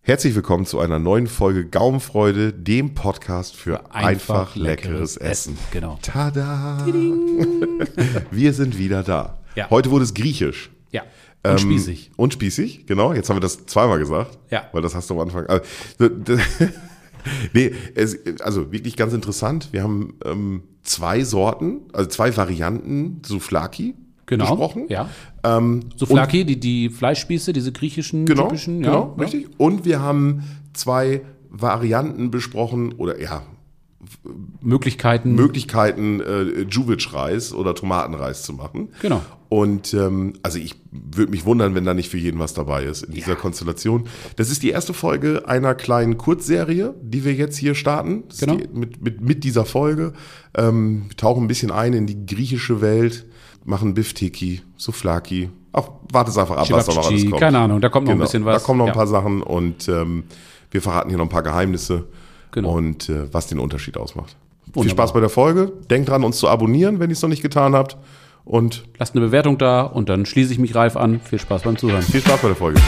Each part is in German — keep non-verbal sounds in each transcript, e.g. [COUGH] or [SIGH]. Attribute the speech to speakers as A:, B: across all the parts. A: Herzlich willkommen zu einer neuen Folge Gaumenfreude, dem Podcast für einfach, leckeres, Essen.
B: Genau.
A: Tada! [LAUGHS] Wir sind wieder da.
B: Ja.
A: Heute wurde es griechisch.
B: Ja. Und
A: Ähm,
B: spießig.
A: Und spießig, genau. Jetzt haben wir das zweimal gesagt.
B: Ja.
A: Weil das hast du am Anfang. Also, d- d- [LAUGHS] nee, es, also wirklich ganz interessant. Wir haben ähm, zwei Sorten, also zwei Varianten Souflaki
B: Genau.
A: besprochen.
B: Ja.
A: Ähm, und-
B: Souflaki, die, die Fleischspieße, diese griechischen,
A: Genau,
B: typischen. ja, ne?
A: genau
B: ja.
A: richtig. Und wir haben zwei Varianten besprochen oder ja,
B: Möglichkeiten.
A: Möglichkeiten, äh, Juvic-Reis oder Tomatenreis zu machen.
B: Genau.
A: Und ähm, also ich würde mich wundern, wenn da nicht für jeden was dabei ist in dieser Konstellation. Das ist die erste Folge einer kleinen Kurzserie, die wir jetzt hier starten. Das
B: Genau.
A: ist die, mit, mit, mit dieser Folge. Ähm, wir tauchen ein bisschen ein in die griechische Welt, machen Bifteki, Souflaki. Ach, warte es einfach ab, was da noch alles
B: Chibapchichi,
A: kommt.
B: keine Ahnung, da kommt noch ein
A: Genau,
B: bisschen was.
A: Da kommen noch ein
B: Ja.
A: paar Sachen und ähm, wir verraten hier noch ein paar Geheimnisse
B: Genau.
A: und äh, was den Unterschied ausmacht. Viel
B: Wunderbar.
A: Spaß bei der Folge. Denkt dran, uns zu abonnieren, wenn ihr es noch nicht getan habt. Und
B: Lasst eine Bewertung da und dann schließe ich mich Ralf an. Viel Spaß beim Zuhören.
A: viel Spaß bei der Folge.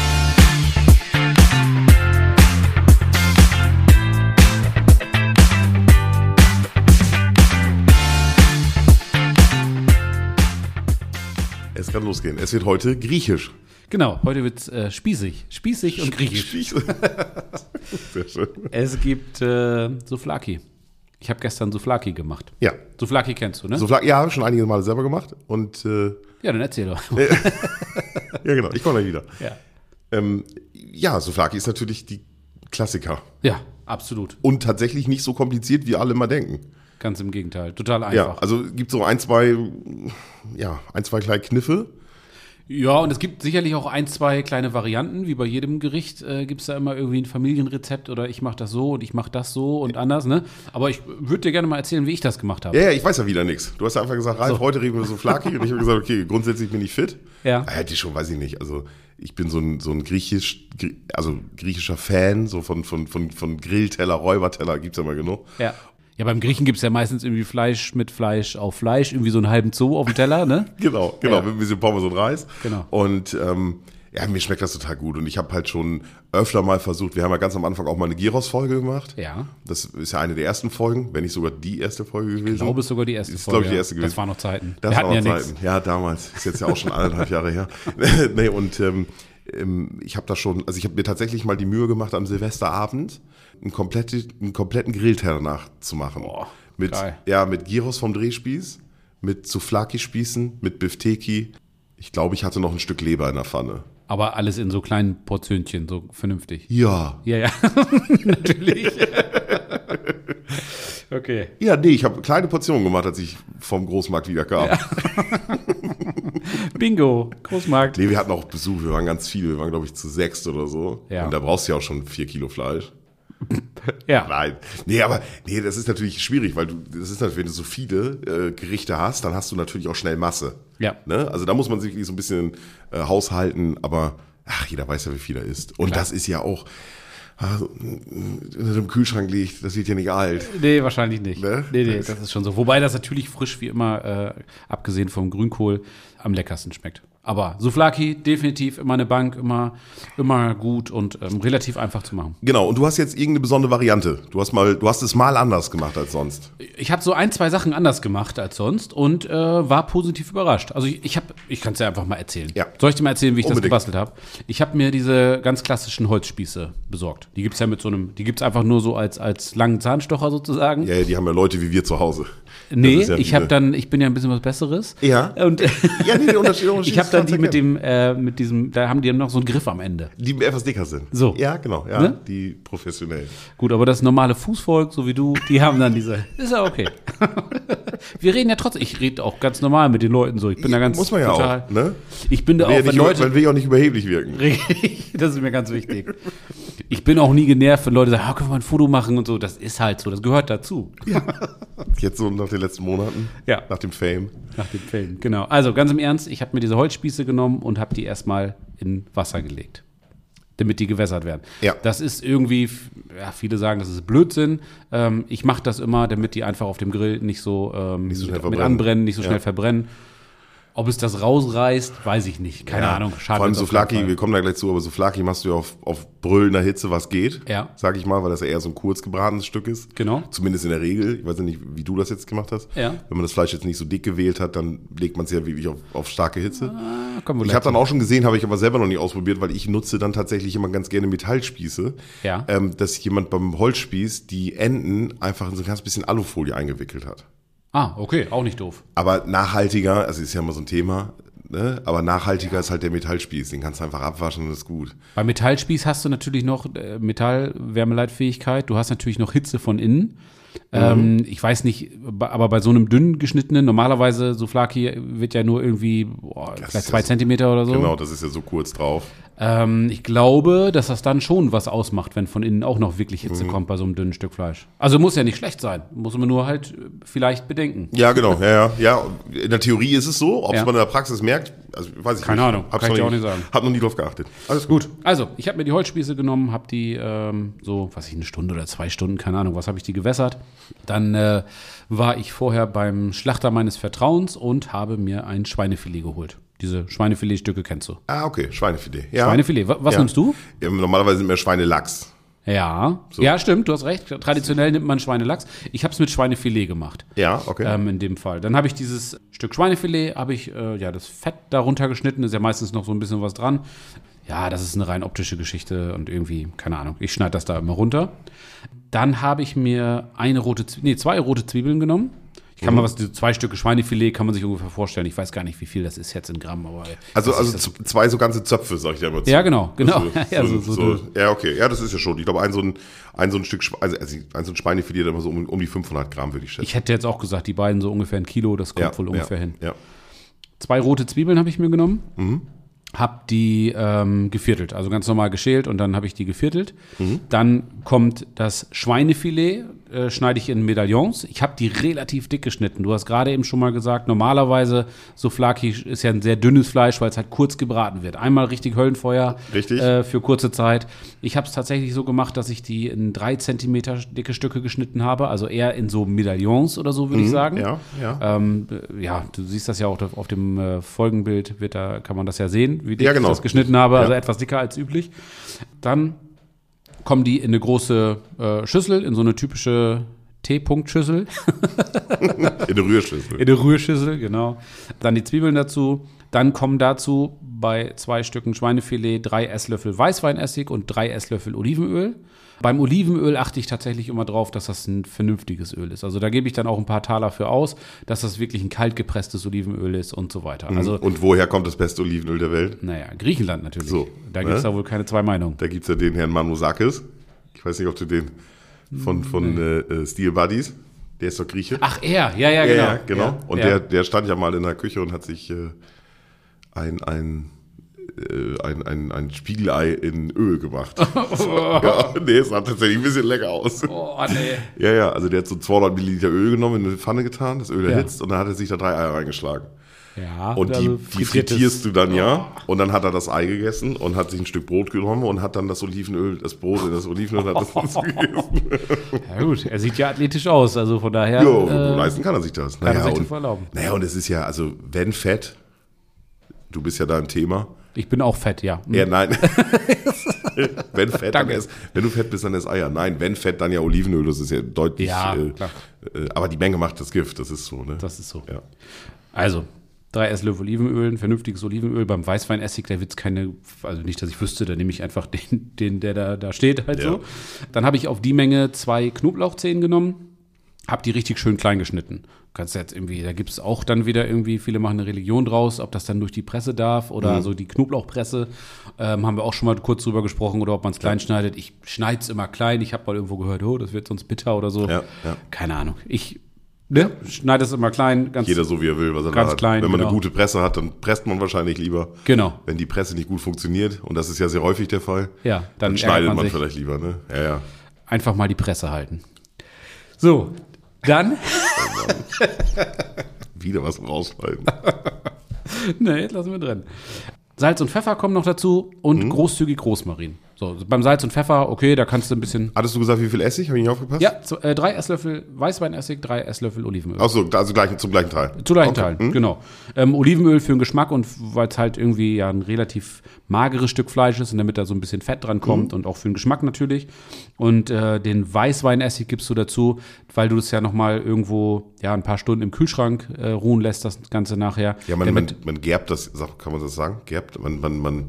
A: Es kann losgehen. Es wird heute griechisch.
B: Genau, heute wird's äh, spießig. Spießig und griechisch.
A: [LAUGHS] Sehr schön.
B: [LAUGHS] Es gibt äh, Souflaki. Ich habe gestern Souflaki gemacht.
A: Ja.
B: Souflaki kennst du, ne?
A: So Flak ja, schon einige Male selber gemacht. Und äh,
B: ja, dann erzähl doch.
A: ja, genau, ich komme gleich wieder.
B: ja.
A: Ähm, ja, Souflaki ist natürlich die Klassiker.
B: ja, absolut.
A: Und tatsächlich nicht so kompliziert, wie alle immer denken.
B: Ganz im Gegenteil. Total einfach.
A: Ja, also gibt so ein, zwei, ja, ein, zwei kleine Kniffe.
B: Ja, und es gibt sicherlich auch ein, zwei kleine Varianten, wie bei jedem Gericht äh, gibt's da immer irgendwie ein Familienrezept oder ich mache das so und ich mache das so und anders, ne? Aber ich würde dir gerne mal erzählen, wie ich das gemacht habe.
A: Ja, ja, ich weiß ja wieder nichts. Du hast ja einfach gesagt, Ralf, heute reden wir so Flaki. und ich habe gesagt, okay, grundsätzlich bin ich fit.
B: Ja.
A: Ah, Hätte ich schon, weiß ich nicht. Also ich bin so ein, so ein griechisch, grie- also griechischer Fan, so von, von, von, von Grillteller, Räuberteller, gibt's ja mal genug.
B: Ja, ja beim Griechen gibt's ja meistens irgendwie Fleisch mit Fleisch auf Fleisch, irgendwie so einen halben Zoo auf dem Teller, ne?
A: Genau, genau,
B: Ja.
A: mit ein bisschen Pommes und Reis.
B: Genau.
A: Und ähm, ja, mir schmeckt das total gut. Und ich habe halt schon öfter mal versucht, wir haben ja ganz am Anfang auch mal eine Gyros-Folge gemacht.
B: Ja.
A: Das ist ja eine der ersten Folgen, wenn nicht sogar die erste Folge gewesen.
B: Ich glaube, es ist sogar die erste
A: ist,
B: Folge.
A: glaube ich, die erste
B: ja.
A: gewesen.
B: Das waren noch Zeiten.
A: Das
B: Wir hatten
A: waren
B: ja
A: noch
B: nichts.
A: Zeiten. Ja, damals. Ist jetzt ja auch schon eineinhalb Jahre her. [LAUGHS] nee, und ähm, ähm, ich habe da schon, also ich habe mir tatsächlich mal die Mühe gemacht, am Silvesterabend einen, komplette, einen kompletten Grillteller nachzumachen.
B: Boah,
A: mit,
B: geil.
A: Ja, mit Gyros vom Drehspieß, mit Souflaki-Spießen, mit Bifteki. Ich glaube, ich hatte noch ein Stück Leber in der Pfanne.
B: Aber alles in so kleinen Portionchen, so vernünftig.
A: Ja. [LAUGHS]
B: Ja, ja, natürlich. okay.
A: Ja, nee, ich habe kleine Portionen gemacht, als ich vom Großmarkt wieder kam.
B: Bingo, Großmarkt.
A: Nee, wir hatten auch Besuch, wir waren ganz viele, wir waren, glaube ich, zu sechst oder so.
B: Ja.
A: Und da brauchst du ja auch schon vier Kilo Fleisch.
B: Ja,
A: Nein. Nee, aber nee, das ist natürlich schwierig, weil du, das ist natürlich, wenn du so viele äh, Gerichte hast, dann hast du natürlich auch schnell Masse.
B: Ja.
A: Ne? Also da muss man sich wirklich so ein bisschen äh, haushalten, aber ach, jeder weiß ja, wie viel er isst. Und
B: Klar.
A: das ist ja auch, also, wenn er im Kühlschrank liegt, das wird ja nicht alt.
B: Nee, wahrscheinlich nicht.
A: Ne?
B: Nee, nee, das ist schon so. Wobei das natürlich frisch wie immer, äh, abgesehen vom Grünkohl, am leckersten schmeckt. Aber Souflaki, definitiv immer eine Bank, immer, immer gut und ähm, relativ einfach zu machen.
A: Genau, und du hast jetzt irgendeine besondere Variante. Du hast mal, du hast es mal anders gemacht als sonst.
B: Ich habe so ein, zwei Sachen anders gemacht als sonst und äh, war positiv überrascht. Also ich, ich habe, ich kann es dir einfach mal erzählen.
A: Ja.
B: Soll ich dir mal erzählen, wie ich
A: Unbedingt.
B: das gebastelt habe? Ich habe mir diese ganz klassischen Holzspieße besorgt. Die gibt's ja mit so einem, die gibt's einfach nur so als, als langen Zahnstocher sozusagen.
A: Ja, ja, die haben ja Leute wie wir zu Hause.
B: Nee,
A: Das ist ja
B: ich
A: diese-
B: habe dann, ich bin ja ein bisschen was Besseres.
A: Ja. [LAUGHS]
B: Und
A: Ja,
B: [LAUGHS]
A: nee, der Unterschied, der Unterschied
B: ich habe
A: ist
B: dann
A: ganz
B: die mit
A: erkennbar.
B: dem, äh, mit diesem, da haben die noch so einen Griff am Ende.
A: Die etwas dicker sind.
B: So.
A: Ja, genau. Ja,
B: Ne?
A: Die professionell.
B: Gut, aber das normale Fußvolk, so wie du, die haben
A: [LAUGHS]
B: dann diese. Ist ja okay. Wir reden ja trotzdem, ich rede auch ganz normal mit den Leuten so. Ich bin da ganz
A: Muss man ja
B: total,
A: auch. Ne?
B: Ich bin da auch,
A: Will ja
B: wenn
A: nicht,
B: Leute.
A: man will ja auch nicht überheblich wirken.
B: Richtig, [LAUGHS] das ist mir ganz wichtig. Ich bin auch nie genervt, wenn Leute sagen, ah, können wir ein Foto machen und so. Das ist halt so, das gehört dazu.
A: Jetzt so nach den letzten Monaten,
B: Ja.
A: nach dem Fame.
B: Nach dem Film. Genau. Also ganz im Ernst, ich habe mir diese Holzspieße genommen und habe die erstmal in Wasser gelegt, damit die gewässert werden.
A: Ja.
B: Das ist irgendwie, f- ja, viele sagen, das ist Blödsinn. Ähm, ich mache das immer, damit die einfach auf dem Grill nicht so, ähm,
A: so schnell
B: mit, mit
A: verbrennen.
B: anbrennen, nicht so
A: Ja.
B: schnell verbrennen. Ob es das rausreißt, weiß ich nicht. Keine
A: Ja,
B: Ahnung.
A: Vor allem
B: jetzt auf jeden
A: Souflaki,
B: Fall.
A: wir kommen da gleich zu, aber Souflaki machst du ja auf, auf brüllender Hitze, was geht.
B: Ja.
A: Sag ich mal, weil das ja eher so ein kurz gebratenes Stück ist.
B: Genau.
A: Zumindest in der Regel. Ich weiß ja nicht, wie du das jetzt gemacht hast.
B: Ja.
A: Wenn man das Fleisch jetzt nicht so dick gewählt hat, dann legt man es ja wirklich auf, auf starke Hitze.
B: Ah, kommen wir
A: Ich
B: gleich
A: habe dann auch schon gesehen, habe ich aber selber noch nicht ausprobiert, weil ich nutze dann tatsächlich immer ganz gerne Metallspieße.
B: Ja.
A: Ähm, dass jemand beim Holzspieß die Enden einfach in so ein ganz bisschen Alufolie eingewickelt hat.
B: zu. Ah, okay, auch nicht doof.
A: Aber nachhaltiger, also ist ja immer so ein Thema, ne? aber nachhaltiger ist halt der Metallspieß. Den kannst du einfach abwaschen und ist gut.
B: Bei Metallspieß hast du natürlich noch äh, Metallwärmeleitfähigkeit, du hast natürlich noch Hitze von innen.
A: Mhm.
B: Ähm, ich weiß nicht, ba- aber bei so einem dünn geschnittenen, normalerweise Souflaki wird ja nur irgendwie boah,
A: ist
B: vielleicht
A: ja
B: zwei
A: so-
B: Zentimeter oder so.
A: Genau, das ist ja so kurz drauf.
B: Ähm, ich glaube, dass das dann schon was ausmacht, wenn von innen auch noch wirklich
A: Mhm.
B: Hitze kommt bei so einem dünnen Stück Fleisch. Also muss ja nicht schlecht sein, muss man nur halt äh, vielleicht bedenken.
A: Ja, genau, ja, ja. ja in der Theorie ist es so, ob
B: Ja.
A: man in der Praxis merkt, also weiß ich
B: Keine
A: nicht.
B: Ahnung, kann ich dir auch nicht sagen.
A: Hab noch nie drauf geachtet. Alles gut.
B: Also, ich habe mir die Holzspieße genommen, habe die ähm, so, was ich, eine Stunde oder zwei Stunden, keine Ahnung, was habe ich die gewässert. Dann äh, war ich vorher beim Schlachter meines Vertrauens und habe mir ein Schweinefilet geholt. Diese Schweinefiletstücke kennst du.
A: Ah, okay, Schweinefilet. Ja.
B: Schweinefilet, wa- was
A: ja.
B: nimmst du?
A: Ja, normalerweise sind wir Schweinelachs.
B: Ja, ja, stimmt, du hast recht. Traditionell nimmt man Schweinelachs. Ich habe es mit Schweinefilet gemacht.
A: Ja, okay.
B: Ähm, in dem Fall. Dann habe ich dieses Stück Schweinefilet, habe ich äh, ja das Fett darunter geschnitten, ist ja meistens noch so ein bisschen was dran. Ja, das ist eine rein optische Geschichte und irgendwie, keine Ahnung, ich schneide das da immer runter. Dann habe ich mir eine rote Zwiebel, nee, zwei rote Zwiebeln genommen. Ich
A: Mhm.
B: kann mal was, diese zwei Stücke Schweinefilet kann man sich ungefähr vorstellen. Ich weiß gar nicht, wie viel das ist jetzt in Gramm, aber.
A: also
B: das
A: also
B: ist das,
A: z- zwei so ganze Zöpfe, sag ich dir immer zu.
B: Ja, genau, genau.
A: So,
B: [LAUGHS] ja,
A: so,
B: so,
A: so,
B: so,
A: ja, okay. Ja, das ist ja schon. Ich glaube, ein so ein, ein, so ein Stück, Schwe- also also ein so ein Schweinefilet hat immer so um, um die 500 Gramm, würde ich schätzen.
B: Ich hätte jetzt auch gesagt, die beiden so ungefähr ein Kilo, das kommt
A: ja,
B: wohl ungefähr
A: ja,
B: hin.
A: Ja.
B: Zwei rote Zwiebeln habe ich mir genommen,
A: Mhm.
B: habe die ähm, geviertelt, also ganz normal geschält und dann habe ich die geviertelt.
A: Mhm.
B: Dann kommt das Schweinefilet, äh, schneide ich in Medaillons. Ich habe die relativ dick geschnitten. Du hast gerade eben schon mal gesagt, normalerweise Souflaki ist ja ein sehr dünnes Fleisch, weil es halt kurz gebraten wird. Einmal richtig Höllenfeuer
A: Richtig.
B: Äh, für kurze Zeit. Ich habe es tatsächlich so gemacht, dass ich die in drei Zentimeter dicke Stücke geschnitten habe, also eher in so Medaillons oder so würde ich sagen.
A: Mhm. Ja, ja.
B: Ähm, äh, ja, du siehst das ja auch auf dem äh, Folgenbild, wird da, kann man das ja sehen, wie dick
A: Ja, genau.
B: ich das geschnitten habe, also
A: Ja.
B: etwas dicker als üblich. Dann kommen die in eine große äh, Schüssel, in so eine typische T-Punkt-Schüssel, Äh,
A: In der Rührschüssel.
B: in eine Rührschüssel, genau. Dann die Zwiebeln dazu. Dann kommen dazu bei zwei Stücken Schweinefilet drei Esslöffel Weißweinessig und drei Esslöffel Olivenöl. Beim Olivenöl achte ich tatsächlich immer drauf, dass das ein vernünftiges Öl ist. Also da gebe ich dann auch ein paar Taler für aus, dass das wirklich ein kaltgepresstes Olivenöl ist und so
A: Mhm.
B: weiter. Also,
A: Und woher kommt das beste Olivenöl der Welt?
B: naja, Griechenland natürlich.
A: So,
B: da gibt es
A: ne?
B: da wohl keine zwei Meinungen.
A: Da gibt es ja den Herrn Manusakis. Ich weiß nicht, ob du den von, von äh, äh, Steel Buddies. Der ist doch Grieche.
B: Ach, er, ja, ja, genau.
A: ja, genau.
B: Ja,
A: und
B: ja.
A: Der, der stand ja mal in der Küche und hat sich äh, ein, ein, äh, ein, ein, ein Spiegelei in Öl gemacht.
B: [LAUGHS]
A: [LAUGHS] ja, nee, es sah tatsächlich ein bisschen lecker aus.
B: Oh,
A: [LAUGHS]
B: nee.
A: Ja, ja, also der hat so 200 Milliliter Öl genommen, in eine Pfanne getan, das Öl
B: Ja.
A: erhitzt und dann hat er sich da drei Eier reingeschlagen.
B: Ja,
A: Und die,
B: also
A: die
B: frittiertes-
A: frittierst du dann ja. Und dann hat er das Ei gegessen und hat sich ein Stück Brot genommen und hat dann das Olivenöl, das Brot in das Olivenöl hat das
B: [LAUGHS]
A: gegessen.
B: Ja, gut, er sieht ja athletisch aus, also von daher.
A: Jo,
B: äh,
A: leisten kann er sich das.
B: er sich das
A: und,
B: erlauben.
A: naja, und es ist ja, also wenn fett, du bist ja da im Thema.
B: Ich bin auch fett, ja.
A: Ja,
B: [LAUGHS]
A: nein. wenn fett, dann
B: Danke.
A: erst, wenn du fett bist, dann erst Eier. Nein, wenn fett, dann ja Olivenöl. Das ist ja deutlich.
B: Ja,
A: äh,
B: klar.
A: äh, aber die Menge macht das Gift. Das ist so, ne?
B: Das ist so.
A: ja.
B: Also, drei Esslöffel Olivenöl, ein vernünftiges Olivenöl. Beim Weißweinessig, da wird es keine, also nicht, dass ich wüsste, da nehme ich einfach [LAUGHS] den, den der da, da steht halt
A: Ja.
B: so. Dann habe ich auf die Menge zwei Knoblauchzehen genommen, habe die richtig schön klein geschnitten. Kannst jetzt irgendwie, da gibt es auch dann wieder irgendwie, viele machen eine Religion draus, ob das dann durch die Presse darf oder
A: Mhm.
B: so die Knoblauchpresse. Ähm, haben wir auch schon mal kurz drüber gesprochen oder ob man es klein schneidet. Ich schneide es immer klein. Ich habe mal irgendwo gehört, oh, das wird sonst bitter oder so.
A: Ja, ja.
B: Keine Ahnung. Ich ne, schneide es immer klein, ganz
A: Jeder so, wie er will. Was er
B: Ganz
A: da hat.
B: klein,
A: Wenn man eine
B: genau.
A: gute Presse hat, dann presst man wahrscheinlich lieber.
B: Genau.
A: Wenn die Presse nicht gut funktioniert, und das ist ja sehr häufig der Fall,
B: Ja, dann
A: dann schneidet
B: ärgert
A: man,
B: man sich.
A: vielleicht lieber, ne? Ja, ja.
B: Einfach mal die Presse halten. So, dann. [LAUGHS]
A: Wieder was
B: [LAUGHS]
A: rausschneiden.
B: Mhm. nee, lassen wir drin. Salz und Pfeffer kommen noch dazu und großzügig Rosmarin. So, beim Salz und Pfeffer, okay, da kannst du ein bisschen.
A: Hattest du gesagt, wie viel Essig? Habe ich nicht aufgepasst?
B: Ja, z- äh, drei Esslöffel Weißweinessig, drei Esslöffel Olivenöl.
A: Achso, also gleich, zum gleichen Teil.
B: Zu gleichen Teilen,
A: Hm?
B: genau. Ähm, Olivenöl für den Geschmack und weil es halt irgendwie ja ein relativ mageres Stück Fleisch ist und damit da so ein bisschen Fett dran
A: Hm.
B: kommt und auch für den Geschmack natürlich. Und äh, den Weißweinessig gibst du dazu, weil du das ja nochmal irgendwo ja ein paar Stunden im Kühlschrank äh, ruhen lässt, das Ganze nachher.
A: Ja, man,
B: damit,
A: man, man gerbt das, sag- kann man das sagen? Gerbt? Man, man, man,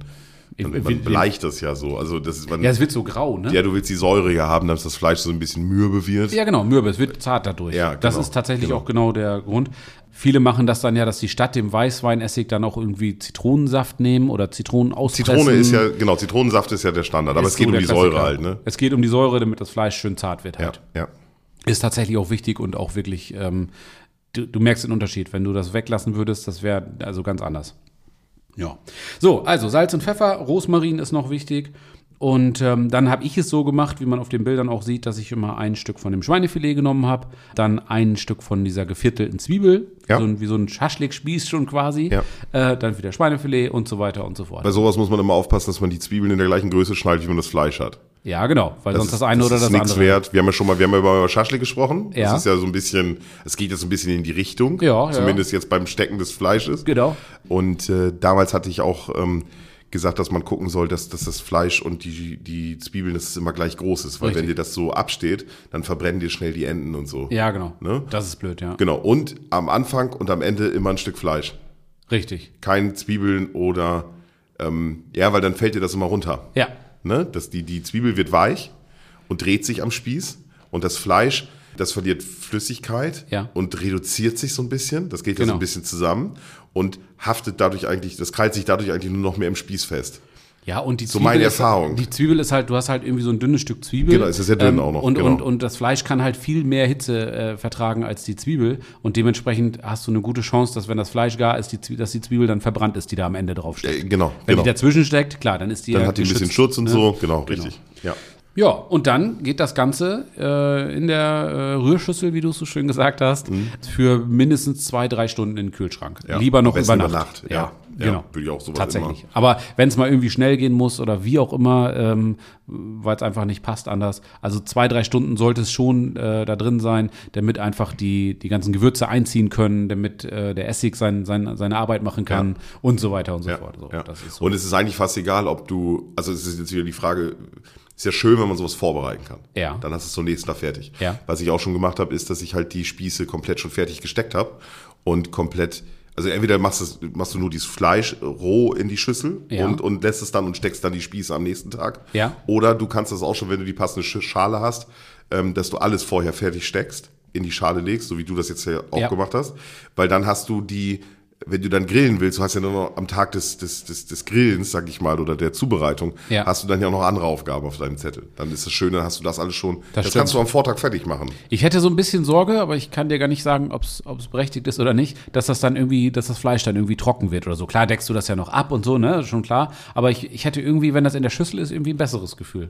B: Im-
A: man,
B: wie-
A: man bleicht das ja so. Also das ist, man,
B: ja,
A: ja,
B: es wird so grau, ne?
A: du willst die Säure ja haben, damit das Fleisch so ein bisschen mürbe wird.
B: Ja, genau, mürbe, es wird zart dadurch.
A: Ja,
B: Das
A: genau,
B: ist tatsächlich
A: genau.
B: auch genau der Grund. Viele machen das dann ja, dass sie statt dem Weißweinessig dann auch irgendwie Zitronensaft nehmen oder Zitronen auspressen.
A: Zitrone ist ja, genau, Zitronensaft ist ja der Standard, aber
B: Ist
A: es geht
B: so
A: um
B: der
A: die Säure
B: Klassiker.
A: halt, ne?
B: Es geht um die Säure, damit das Fleisch schön zart wird
A: Ja,
B: halt.
A: ja.
B: Ist tatsächlich auch wichtig und auch wirklich, ähm, du, du merkst den Unterschied. Wenn du das weglassen würdest, das wäre also ganz anders. Ja. So, also Salz und Pfeffer, Rosmarin ist noch wichtig. Und ähm, dann habe ich es so gemacht, wie man auf den Bildern auch sieht, dass ich immer ein Stück von dem Schweinefilet genommen habe, dann ein Stück von dieser geviertelten Zwiebel,
A: Ja.
B: so ein, wie so ein Schaschlik-Spieß schon quasi,
A: Ja.
B: äh, dann wieder Schweinefilet und so weiter und so fort.
A: Bei sowas muss man immer aufpassen, dass man die Zwiebeln in der gleichen Größe schneidet, wie man das Fleisch hat.
B: ja, genau, weil sonst das eine oder das
A: ist nichts
B: andere.
A: wert. Wir haben ja schon mal, wir haben ja über Schaschlik gesprochen.
B: Ja.
A: Das ist ja so ein bisschen, es geht jetzt so ein bisschen in die Richtung.
B: Ja, ja.
A: Zumindest jetzt beim Stecken des Fleisches.
B: Genau.
A: Und äh, damals hatte ich auch ähm, gesagt, dass man gucken soll, dass, dass das Fleisch und die, die Zwiebeln, dass es immer gleich groß ist. Weil
B: Richtig.
A: wenn dir das so absteht, dann verbrennen dir schnell die Enden und so.
B: Ja, genau.
A: Ne?
B: Das ist blöd, ja.
A: Genau. Und am Anfang und am Ende immer ein Stück Fleisch.
B: Richtig.
A: Kein Zwiebeln oder, ähm, ja, weil dann fällt dir das immer runter.
B: Ja.
A: Ne? Das, die, die Zwiebel wird weich und dreht sich am Spieß und das Fleisch, das verliert Flüssigkeit
B: Ja.
A: und reduziert sich so ein bisschen. Das geht ja so
B: Genau.
A: ein bisschen zusammen und haftet dadurch eigentlich, das krallt sich dadurch eigentlich nur noch mehr im Spieß fest.
B: Ja, und die Zwiebel.
A: meine
B: ist, halt-
A: Erfahrung.
B: Die Zwiebel ist halt, du hast halt irgendwie so ein dünnes Stück Zwiebel. ähm,
A: Genau, es ist sehr dünn auch noch,
B: Und,
A: genau.
B: und, und das Fleisch kann halt viel mehr Hitze äh, vertragen als die Zwiebel. Und dementsprechend hast du eine gute Chance, dass wenn das Fleisch gar ist, die Zwiebel, dass die Zwiebel dann verbrannt ist, die da am Ende draufsteht.
A: Äh, genau,
B: Wenn
A: genau.
B: die dazwischen steckt, klar, dann ist die
A: Dann
B: ja
A: hat die ein bisschen
B: geschützt,
A: Schutz und
B: ne?
A: so. Genau, richtig. Ja.
B: Ja, und dann geht das Ganze äh, in der äh, Rührschüssel, wie du es so schön gesagt hast, für mindestens zwei, drei Stunden in den Kühlschrank.
A: Mhm. Ja,
B: Lieber noch
A: am besten
B: über Nacht.
A: über Nacht, ja. Ja,
B: genau.
A: würde ich auch sowas
B: Tatsächlich. Aber wenn es mal irgendwie schnell gehen muss oder wie auch immer, ähm, weil es einfach nicht passt anders. Also zwei, drei Stunden sollte es schon äh, da drin sein, damit einfach die, die ganzen Gewürze einziehen können, damit äh, der Essig sein, sein, seine Arbeit machen kann und so weiter und so
A: Ja,
B: fort. So,
A: ja.
B: das ist so.
A: Und es ist eigentlich fast egal, ob du, also es ist jetzt wieder die Frage, ist ja schön, wenn man sowas vorbereiten kann.
B: Ja.
A: Dann hast du es zum nächsten Tag fertig.
B: Ja.
A: Was ich auch schon gemacht habe, ist, dass ich halt die Spieße komplett schon fertig gesteckt habe und komplett, also entweder machst, es, machst du nur dieses Fleisch roh in die Schüssel
B: Ja.
A: und, und lässt es dann und steckst dann die Spieße am nächsten Tag.
B: Ja.
A: Oder du kannst das auch schon, wenn du die passende Sch- Schale hast, ähm, dass du alles vorher fertig steckst, in die Schale legst, so wie du das jetzt ja auch
B: Ja.
A: gemacht hast, weil dann hast du die, wenn du dann grillen willst, du hast ja nur noch am Tag des, des, des, des Grillens, sag ich mal, oder der Zubereitung,
B: Ja.
A: hast du dann ja auch noch andere Aufgaben auf deinem Zettel. Dann ist das Schöne, dann hast du das alles schon, das,
B: stimmt.
A: kannst du am Vortag fertig machen.
B: Ich hätte so ein bisschen Sorge, aber ich kann dir gar nicht sagen, ob es berechtigt ist oder nicht, dass das dann irgendwie, dass das Fleisch dann irgendwie trocken wird oder so. Klar deckst du das ja noch ab und so, ne, schon klar. Aber ich, ich hätte irgendwie, wenn das in der Schüssel ist, irgendwie ein besseres Gefühl.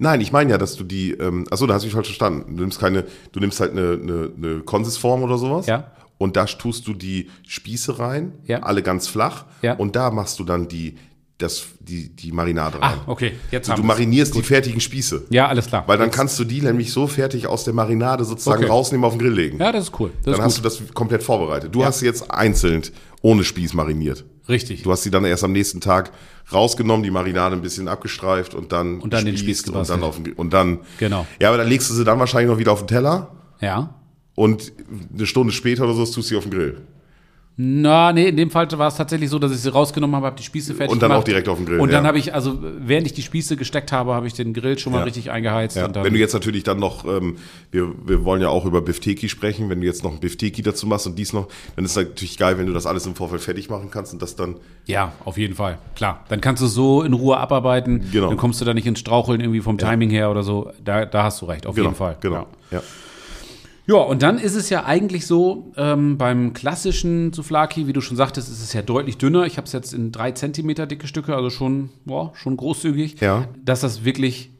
A: Nein, ich meine ja, dass du die, ähm, achso, da hast du mich falsch verstanden. Du nimmst keine, du nimmst halt eine, eine, eine Konsisform oder sowas.
B: Ja.
A: Und da tust du die Spieße rein,
B: Ja.
A: alle ganz flach.
B: Ja.
A: Und da machst du dann die, das, die, die Marinade rein.
B: Ah, okay, jetzt
A: du
B: haben wir's.
A: marinierst die fertigen Spieße.
B: Ja, alles klar.
A: Weil dann kannst du die nämlich so fertig aus der Marinade sozusagen
B: Okay.
A: rausnehmen, auf den Grill legen.
B: ja, das ist cool. Das
A: dann hast
B: ist
A: du das komplett vorbereitet. Du hast sie jetzt einzeln ohne Spieß mariniert.
B: gut. Richtig.
A: Du hast sie dann erst am nächsten Tag rausgenommen, die Marinade ein bisschen abgestreift und dann
B: Und dann den
A: gespießt
B: Spieß
A: und dann
B: gebastelt.
A: auf den, und dann
B: Genau.
A: Ja, aber dann legst du sie dann wahrscheinlich noch wieder auf den Teller
B: Ja.
A: und eine Stunde später oder so tust du sie auf den Grill.
B: Na, nee, in dem Fall war es tatsächlich so, dass ich sie rausgenommen habe, habe die Spieße fertig
A: Und dann auch
B: gemacht.
A: direkt auf den Grill,
B: Und dann
A: ja.
B: habe ich, also während ich die Spieße gesteckt habe, habe ich den Grill schon mal
A: Ja.
B: richtig eingeheizt.
A: Ja,
B: und dann,
A: wenn du jetzt natürlich dann noch, ähm, wir, wir wollen ja auch über Bifteki sprechen, wenn du jetzt noch ein Bifteki dazu machst und dies noch, dann ist es natürlich geil, wenn du das alles im Vorfeld fertig machen kannst und das dann
B: Ja, auf jeden Fall, klar. Dann kannst du es so in Ruhe abarbeiten.
A: Genau.
B: Dann kommst du da nicht ins Straucheln irgendwie vom Timing her oder so. Da, da hast du recht, auf jeden Fall.
A: Genau. Ja.
B: Ja. ja, und dann ist es ja eigentlich so, ähm, beim klassischen Souvlaki, wie du schon sagtest, ist es ja deutlich dünner. Ich habe es jetzt in drei Zentimeter dicke Stücke, also schon, boah, schon großzügig.
A: Ja.
B: Dass das wirklich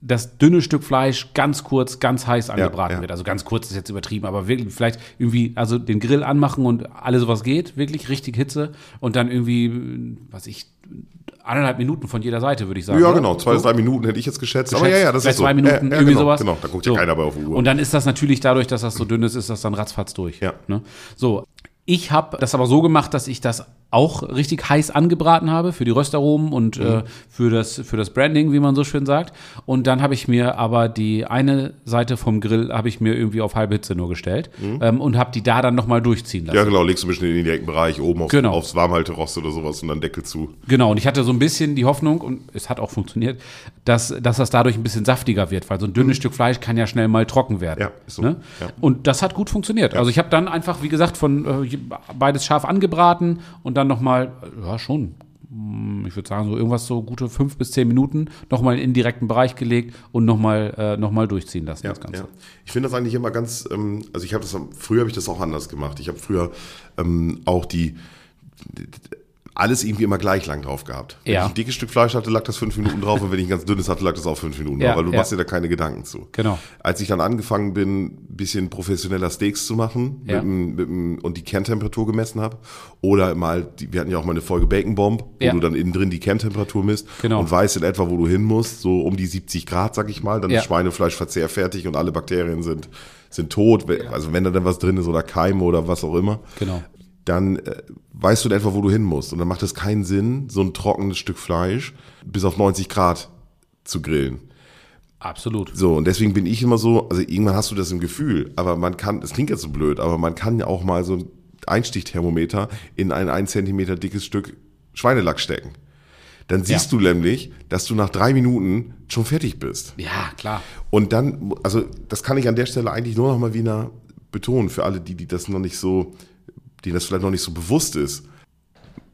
B: das dünne Stück Fleisch ganz kurz, ganz heiß angebraten
A: ja.
B: wird. Also ganz kurz ist jetzt übertrieben, aber wirklich vielleicht irgendwie, also den Grill anmachen und alles was geht, wirklich richtig Hitze und dann irgendwie, was ich, anderthalb Minuten von jeder Seite, würde ich sagen.
A: Ja,
B: oder?
A: genau, zwei bis drei Minuten hätte ich jetzt geschätzt. Aber ja,
B: Schätzt,
A: ja, das
B: vielleicht
A: ist so.
B: zwei Minuten,
A: ja, ja,
B: irgendwie
A: genau,
B: sowas.
A: Genau, da guckt ja
B: So.
A: keiner bei auf die Uhr.
B: Und dann ist das natürlich dadurch, dass das so dünn ist, ist das dann ratzfatz durch.
A: Ja.
B: Ne? So, ich habe das aber so gemacht, dass ich das auch richtig heiß angebraten habe für die Röstaromen und
A: Mhm.
B: äh, für, das, für das Branding, wie man so schön sagt. Und dann habe ich mir aber die eine Seite vom Grill habe ich mir irgendwie auf halbe Hitze nur gestellt
A: Mhm.
B: ähm, und habe die da dann nochmal durchziehen lassen.
A: ja, genau, legst du ein bisschen in den direkten Bereich, oben auf,
B: Genau.
A: aufs Warmhalterost oder sowas und dann Deckel zu.
B: Genau, und ich hatte so ein bisschen die Hoffnung, und es hat auch funktioniert, dass, dass das dadurch ein bisschen saftiger wird, weil so ein dünnes Stück Fleisch kann ja schnell mal trocken werden.
A: Mhm. Ja, ist so.
B: Ne?
A: Ja.
B: Und das hat gut funktioniert. Also ich habe dann einfach, wie gesagt, von äh, beides scharf angebraten und dann nochmal, ja schon, mm, ich würde sagen, so irgendwas so gute fünf bis zehn Minuten nochmal in den direkten Bereich gelegt und nochmal äh, noch mal durchziehen lassen, das Ganze.
A: Ja. Ich finde das eigentlich immer ganz, ähm, also ich habe das, früher habe ich das auch anders gemacht. Ich habe früher ähm, auch die, alles irgendwie immer gleich lang drauf gehabt. Wenn
B: Ja.
A: ich ein dickes Stück Fleisch hatte, lag das fünf Minuten drauf und wenn ich ein ganz dünnes hatte, lag das auch fünf Minuten
B: Ja,
A: drauf, weil du
B: ja.
A: machst dir da keine Gedanken zu.
B: Genau.
A: Als ich dann angefangen bin, ein bisschen professioneller Steaks zu machen
B: Ja.
A: mit dem, mit dem, und die Kerntemperatur gemessen habe oder mal, die, wir hatten ja auch mal eine Folge Bacon Bomb, wo
B: Ja.
A: du dann innen drin die Kerntemperatur misst
B: Genau.
A: und weißt in etwa, wo du hin musst, so um die 70 Grad, sag ich mal, dann
B: Ja.
A: ist Schweinefleisch verzehrfertig und alle Bakterien sind, sind tot, We- also wenn da dann was drin ist oder Keime oder was auch immer
B: Genau.
A: dann äh, weißt du in etwa, wo du hin musst. Und dann macht es keinen Sinn, so ein trockenes Stück Fleisch bis auf 90 Grad zu grillen.
B: Absolut.
A: So, und deswegen bin ich immer so, also irgendwann hast du das im Gefühl, aber man kann, es klingt jetzt so blöd, aber man kann ja auch mal so ein Einstichthermometer in ein 1 cm dickes Stück Schweinelack stecken. Dann siehst du nämlich, dass du nach drei Minuten schon fertig bist.
B: Ja, klar.
A: Und dann, also das kann ich an der Stelle eigentlich nur noch mal wieder betonen für alle, die, die das noch nicht so, denen das vielleicht noch nicht so bewusst ist.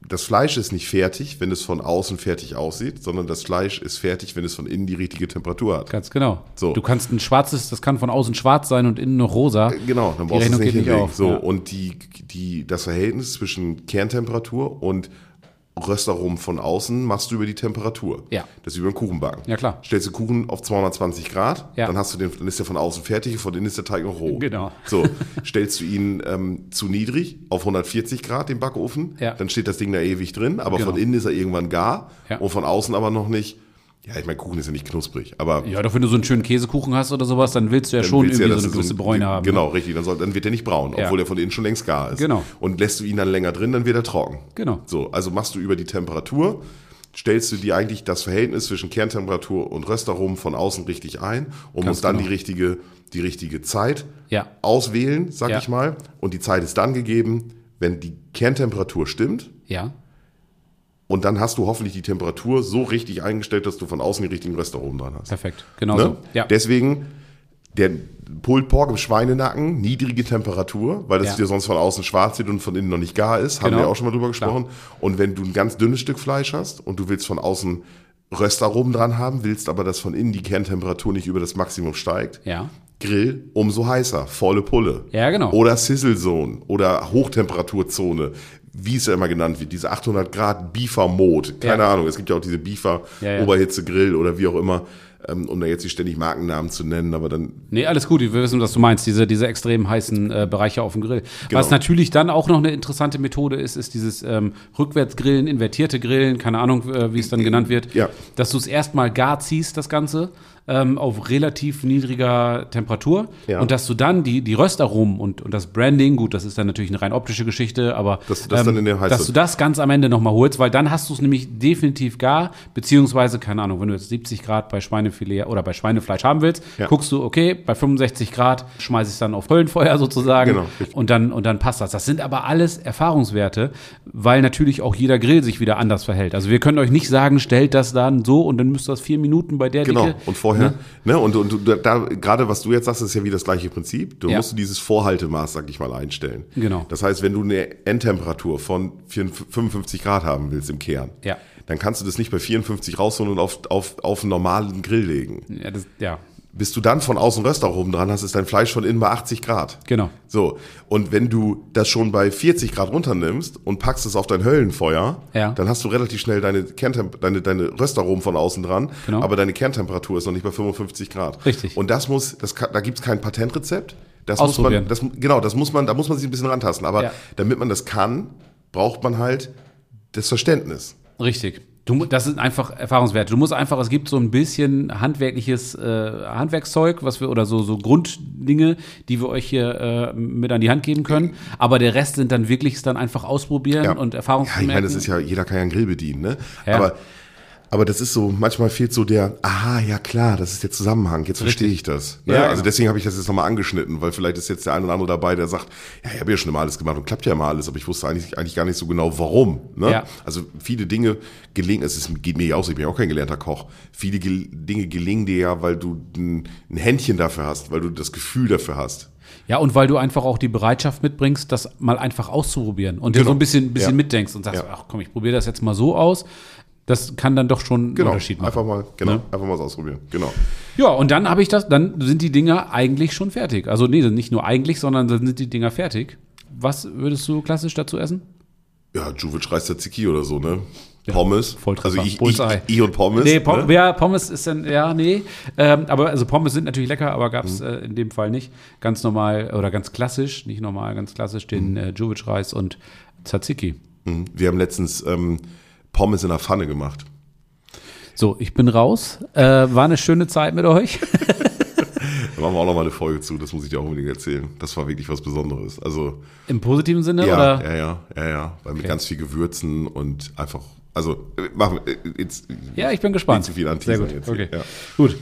A: Das Fleisch ist nicht fertig, wenn es von außen fertig aussieht, sondern das Fleisch ist fertig, wenn es von innen die richtige Temperatur hat.
B: Ganz genau.
A: So.
B: Du kannst ein schwarzes, das kann von außen schwarz sein und innen noch rosa.
A: Genau, dann
B: Die
A: brauchst du es
B: Rechnung
A: nicht
B: geht nicht
A: hinlegen.
B: auf,
A: So,
B: ja.
A: und die, die, das Verhältnis zwischen Kerntemperatur und Röstaromen von außen machst du über die Temperatur.
B: Ja.
A: Das ist wie beim Kuchenbacken.
B: Ja, klar.
A: Stellst du Kuchen auf 220 Grad,
B: Ja.
A: dann hast du den, dann ist der von außen fertig und von innen ist der Teig noch roh.
B: Genau.
A: So, stellst du ihn ähm, zu niedrig auf 140 Grad, den Backofen,
B: Ja.
A: dann steht das Ding da ewig drin, aber
B: Genau.
A: von innen ist er irgendwann gar
B: Ja.
A: und von außen aber noch nicht. Ja, ich meine, Kuchen ist ja nicht knusprig, aber
B: Ja, doch, wenn du so einen schönen Käsekuchen hast oder sowas, dann willst du ja schon
A: willst
B: irgendwie
A: du ja,
B: so eine
A: dass es
B: gewisse Bräune haben. ne?
A: Genau, richtig. Dann, soll, dann wird er nicht braun,
B: Ja.
A: obwohl er von innen schon längst gar ist.
B: Genau.
A: Und lässt du ihn dann länger drin, dann wird er trocken.
B: Genau.
A: So, also machst du über die Temperatur, stellst du dir eigentlich das Verhältnis zwischen Kerntemperatur und Röstaromen von außen richtig ein und musst dann
B: genau.
A: die richtige, die richtige Zeit
B: Ja.
A: auswählen, sag
B: Ja.
A: ich mal. Und die Zeit ist dann gegeben, wenn die Kerntemperatur stimmt.
B: Ja,
A: Und dann hast du hoffentlich die Temperatur so richtig eingestellt, dass du von außen die richtigen Röstaromen dran hast.
B: perfekt. Genau
A: Ne?
B: so. Ja.
A: Deswegen der Pulled Pork im Schweinenacken, niedrige Temperatur, weil das
B: Ja.
A: dir sonst von außen schwarz wird und von innen noch nicht gar ist, haben
B: Genau.
A: wir auch schon mal drüber gesprochen. Und wenn du ein ganz dünnes Stück Fleisch hast und du willst von außen Röstaromen dran haben, willst aber, dass von innen die Kerntemperatur nicht über das Maximum steigt,
B: ja.
A: Grill umso heißer, volle Pulle.
B: Ja, genau.
A: Oder Sizzle Zone oder Hochtemperaturzone, wie es ja immer genannt wird, diese 800 Grad Beefer Mode. Keine
B: Ja.
A: Ahnung, es gibt ja auch diese Beefer
B: Ja, ja.
A: Oberhitze Grill oder wie auch immer, ähm, um da jetzt nicht ständig Markennamen zu nennen, aber dann
B: Nee, alles gut. Wir wissen, was du meinst. Diese, diese extrem heißen äh, Bereiche auf dem Grill.
A: Genau.
B: Was natürlich dann auch noch eine interessante Methode ist, ist dieses ähm, Rückwärtsgrillen, invertierte Grillen, keine Ahnung, äh, wie es dann genannt wird.
A: Ja.
B: Dass du es erstmal gar ziehst, das Ganze, ähm, auf relativ niedriger Temperatur.
A: Ja.
B: Und dass du dann die, die Röstaromen und, und das Branding, gut, das ist dann natürlich eine rein optische Geschichte, aber ähm,
A: Dass du das dann in der Heiße-
B: dass du das ganz am Ende nochmal holst, weil dann hast du es nämlich definitiv gar, beziehungsweise, keine Ahnung, wenn du jetzt 70 Grad bei Schweinefilet oder bei Schweinefleisch haben willst,
A: Ja.
B: guckst du, okay, bei 65 Grad schmeiße ich es dann auf Höllenfeuer [LAUGHS] sozusagen
A: Genau, richtig.
B: und, dann, und dann passt das. Das sind aber alles Erfahrungswerte, weil natürlich auch jeder Grill sich wieder anders verhält. Also wir können euch nicht sagen, stellt das dann so und dann müsst ihr das vier Minuten bei der
A: genau
B: Dicke.
A: und vorher ne, und und du- da gerade was du jetzt sagst, ist ja wie das gleiche Prinzip. Du
B: Ja.
A: musst dieses Vorhaltemaß sag ich mal einstellen.
B: Genau.
A: Das heißt, wenn du eine Endtemperatur von 54 55 Grad haben willst im Kern,
B: Ja.
A: dann kannst du das nicht bei 54 rausholen und auf auf auf einen normalen Grill legen.
B: Ja, das, ja,
A: Bis du dann von außen Röstaromen dran hast, ist dein Fleisch von innen bei 80 Grad.
B: genau.
A: So, und wenn du das schon bei 40 Grad runternimmst und packst es auf dein Höllenfeuer,
B: Ja.
A: dann hast du relativ schnell deine, Kerntemp deine, deine Röstaromen von außen dran,
B: Genau.
A: aber deine Kerntemperatur ist noch nicht bei 55 Grad.
B: Richtig.
A: Und das muss, das kann, da gibt's kein Patentrezept. Das muss man,
B: Ausprobieren.
A: das, genau, das muss man, da muss man sich ein bisschen rantasten. Aber
B: Ja.
A: damit man das kann, braucht man halt das Verständnis.
B: Richtig. Du, mu- das sind einfach Erfahrungswerte. Du musst einfach, es gibt so ein bisschen handwerkliches äh, Handwerkszeug, was wir oder so, so Grunddinge, die wir euch hier äh, mit an die Hand geben können. Aber der Rest sind dann wirklich ist dann einfach ausprobieren
A: Ja.
B: und
A: Ja,
B: Erfahrungswerte.
A: ich meine, das ist ja, jeder kann ja einen Grill bedienen, ne?
B: Ja.
A: Aber, aber das ist so, manchmal fehlt so der, aha, ja klar, das ist der Zusammenhang, jetzt verstehe ich das. Ne?
B: Ja,
A: also
B: ja.
A: deswegen habe ich das jetzt nochmal angeschnitten, weil vielleicht ist jetzt der ein oder andere dabei, der sagt, ja, ich habe ja schon immer alles gemacht und klappt ja immer alles, aber ich wusste eigentlich, eigentlich gar nicht so genau, warum. Ne?
B: Ja.
A: Also viele Dinge gelingen, es ist, geht mir ja auch so, ich bin ja auch kein gelernter Koch, viele Gel Dinge gelingen dir ja, weil du ein, ein Händchen dafür hast, weil du das Gefühl dafür hast.
B: Ja, und weil du einfach auch die Bereitschaft mitbringst, das mal einfach auszuprobieren und dir
A: Genau.
B: so ein bisschen, ein bisschen
A: Ja.
B: mitdenkst und sagst,
A: Ja.
B: ach komm, ich probiere das jetzt mal so aus. Das kann dann doch schon
A: Genau.
B: einen Unterschied machen.
A: Einfach mal, genau,
B: Ne?
A: einfach mal was ausprobieren. Genau.
B: Ja, und dann habe ich das, dann sind die Dinger eigentlich schon fertig. Also nee, sind nicht nur eigentlich, sondern dann sind die Dinger fertig. Was würdest du klassisch dazu essen?
A: Ja, Juve reißt Tzatziki oder so, ne? Pommes.
B: Volltreffer.
A: Also ich, ich,
B: Bullseye.
A: ich und Pommes.
B: nee, Pom
A: ne?
B: ja, Pommes ist dann, ja, nee. Ähm, aber also Pommes sind natürlich lecker, aber gab
A: Mhm.
B: es äh, in dem Fall nicht. Ganz normal oder ganz klassisch, nicht normal, ganz klassisch den äh, Jovic-Reis und Tzatziki.
A: Mhm. Wir haben letztens ähm, Pommes in der Pfanne gemacht.
B: So, ich bin raus. Äh, war eine schöne Zeit mit euch. [LAUGHS]
A: Da machen wir auch nochmal eine Folge zu, das muss ich dir auch unbedingt erzählen. Das war wirklich was Besonderes. Also,
B: Im positiven Sinne
A: ja,
B: oder?
A: ja, ja, ja, ja. Weil mit ganz viel Gewürzen und einfach, also, äh, machen wir, äh, jetzt,
B: Ja, ich bin gespannt.
A: Nicht zu viel anteasern
B: Sehr gut.
A: jetzt hier,
B: okay.
A: ja.
B: Gut.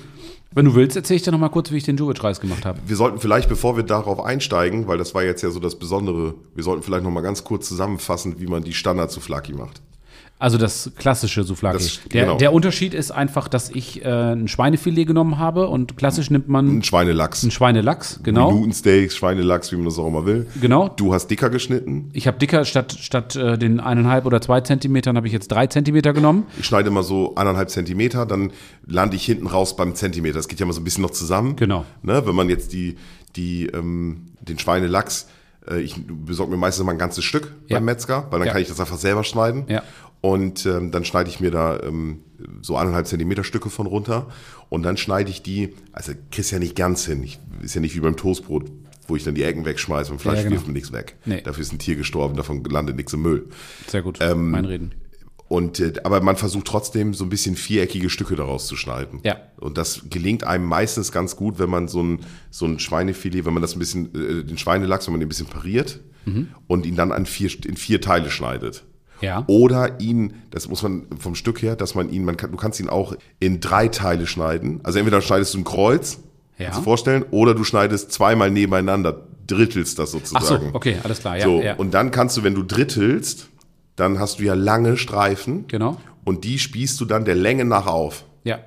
B: Wenn du willst, erzähle ich dir nochmal kurz, wie ich den Jovic-Reis gemacht habe.
A: wir sollten vielleicht, bevor wir darauf einsteigen, weil das war jetzt ja so das Besondere, wir sollten vielleicht nochmal ganz kurz zusammenfassen, wie man die Standards zu Flaki macht.
B: Also das klassische Souflaki.
A: Das-
B: der,
A: genau.
B: der Unterschied ist einfach, dass ich äh, ein Schweinefilet genommen habe und klassisch nimmt man
A: Ein Schweinelachs.
B: einen Schweinelachs, genau.
A: Minutensteaks, Schweinelachs, wie man das auch immer will.
B: Genau.
A: Du hast dicker geschnitten.
B: Ich habe dicker statt statt äh, den eineinhalb oder zwei Zentimetern habe ich jetzt drei Zentimeter genommen.
A: Ich schneide immer so anderthalb Zentimeter, dann lande ich hinten raus beim Zentimeter. Das geht ja immer so ein bisschen noch zusammen.
B: Genau.
A: Ne, wenn man jetzt die, die, ähm, den Schweinelachs, äh, ich besorge mir meistens immer ein ganzes Stück
B: Ja.
A: beim Metzger, weil dann
B: Ja.
A: kann ich das einfach selber schneiden.
B: Ja.
A: Und ähm, dann schneide ich mir da ähm, so eineinhalb Zentimeter Stücke von runter. Und dann schneide ich die, also kriegst ja nicht ganz hin. Ich, ist ja nicht wie beim Toastbrot, wo ich dann die Ecken wegschmeiße und Fleisch
B: Ja, genau.
A: wirft mir nichts weg.
B: Nee.
A: Dafür ist ein Tier gestorben, davon landet nichts im Müll.
B: Sehr gut.
A: Ähm,
B: mein Reden.
A: Und, äh, aber man versucht trotzdem so ein bisschen viereckige Stücke daraus zu schneiden.
B: Ja.
A: Und das gelingt einem meistens ganz gut, wenn man so ein, so ein Schweinefilet, wenn man das ein bisschen, äh, den Schweinelachs, wenn man den ein bisschen pariert
B: Mhm.
A: und ihn dann an vier, in vier Teile schneidet.
B: Ja.
A: Um Oder ihn, das muss man vom Stück her, dass man ihn, man kann, du kannst ihn auch in drei Teile schneiden. Also entweder schneidest du ein Kreuz,
B: Ja.
A: kannst du dir vorstellen, oder du schneidest zweimal nebeneinander, drittelst das
B: Ach so,
A: sozusagen.
B: okay, alles klar. Ja,
A: so,
B: ja.
A: und dann kannst du, wenn du drittelst, dann hast du ja lange Streifen.
B: Genau.
A: Und die spießt du dann der Länge nach auf.
B: ja.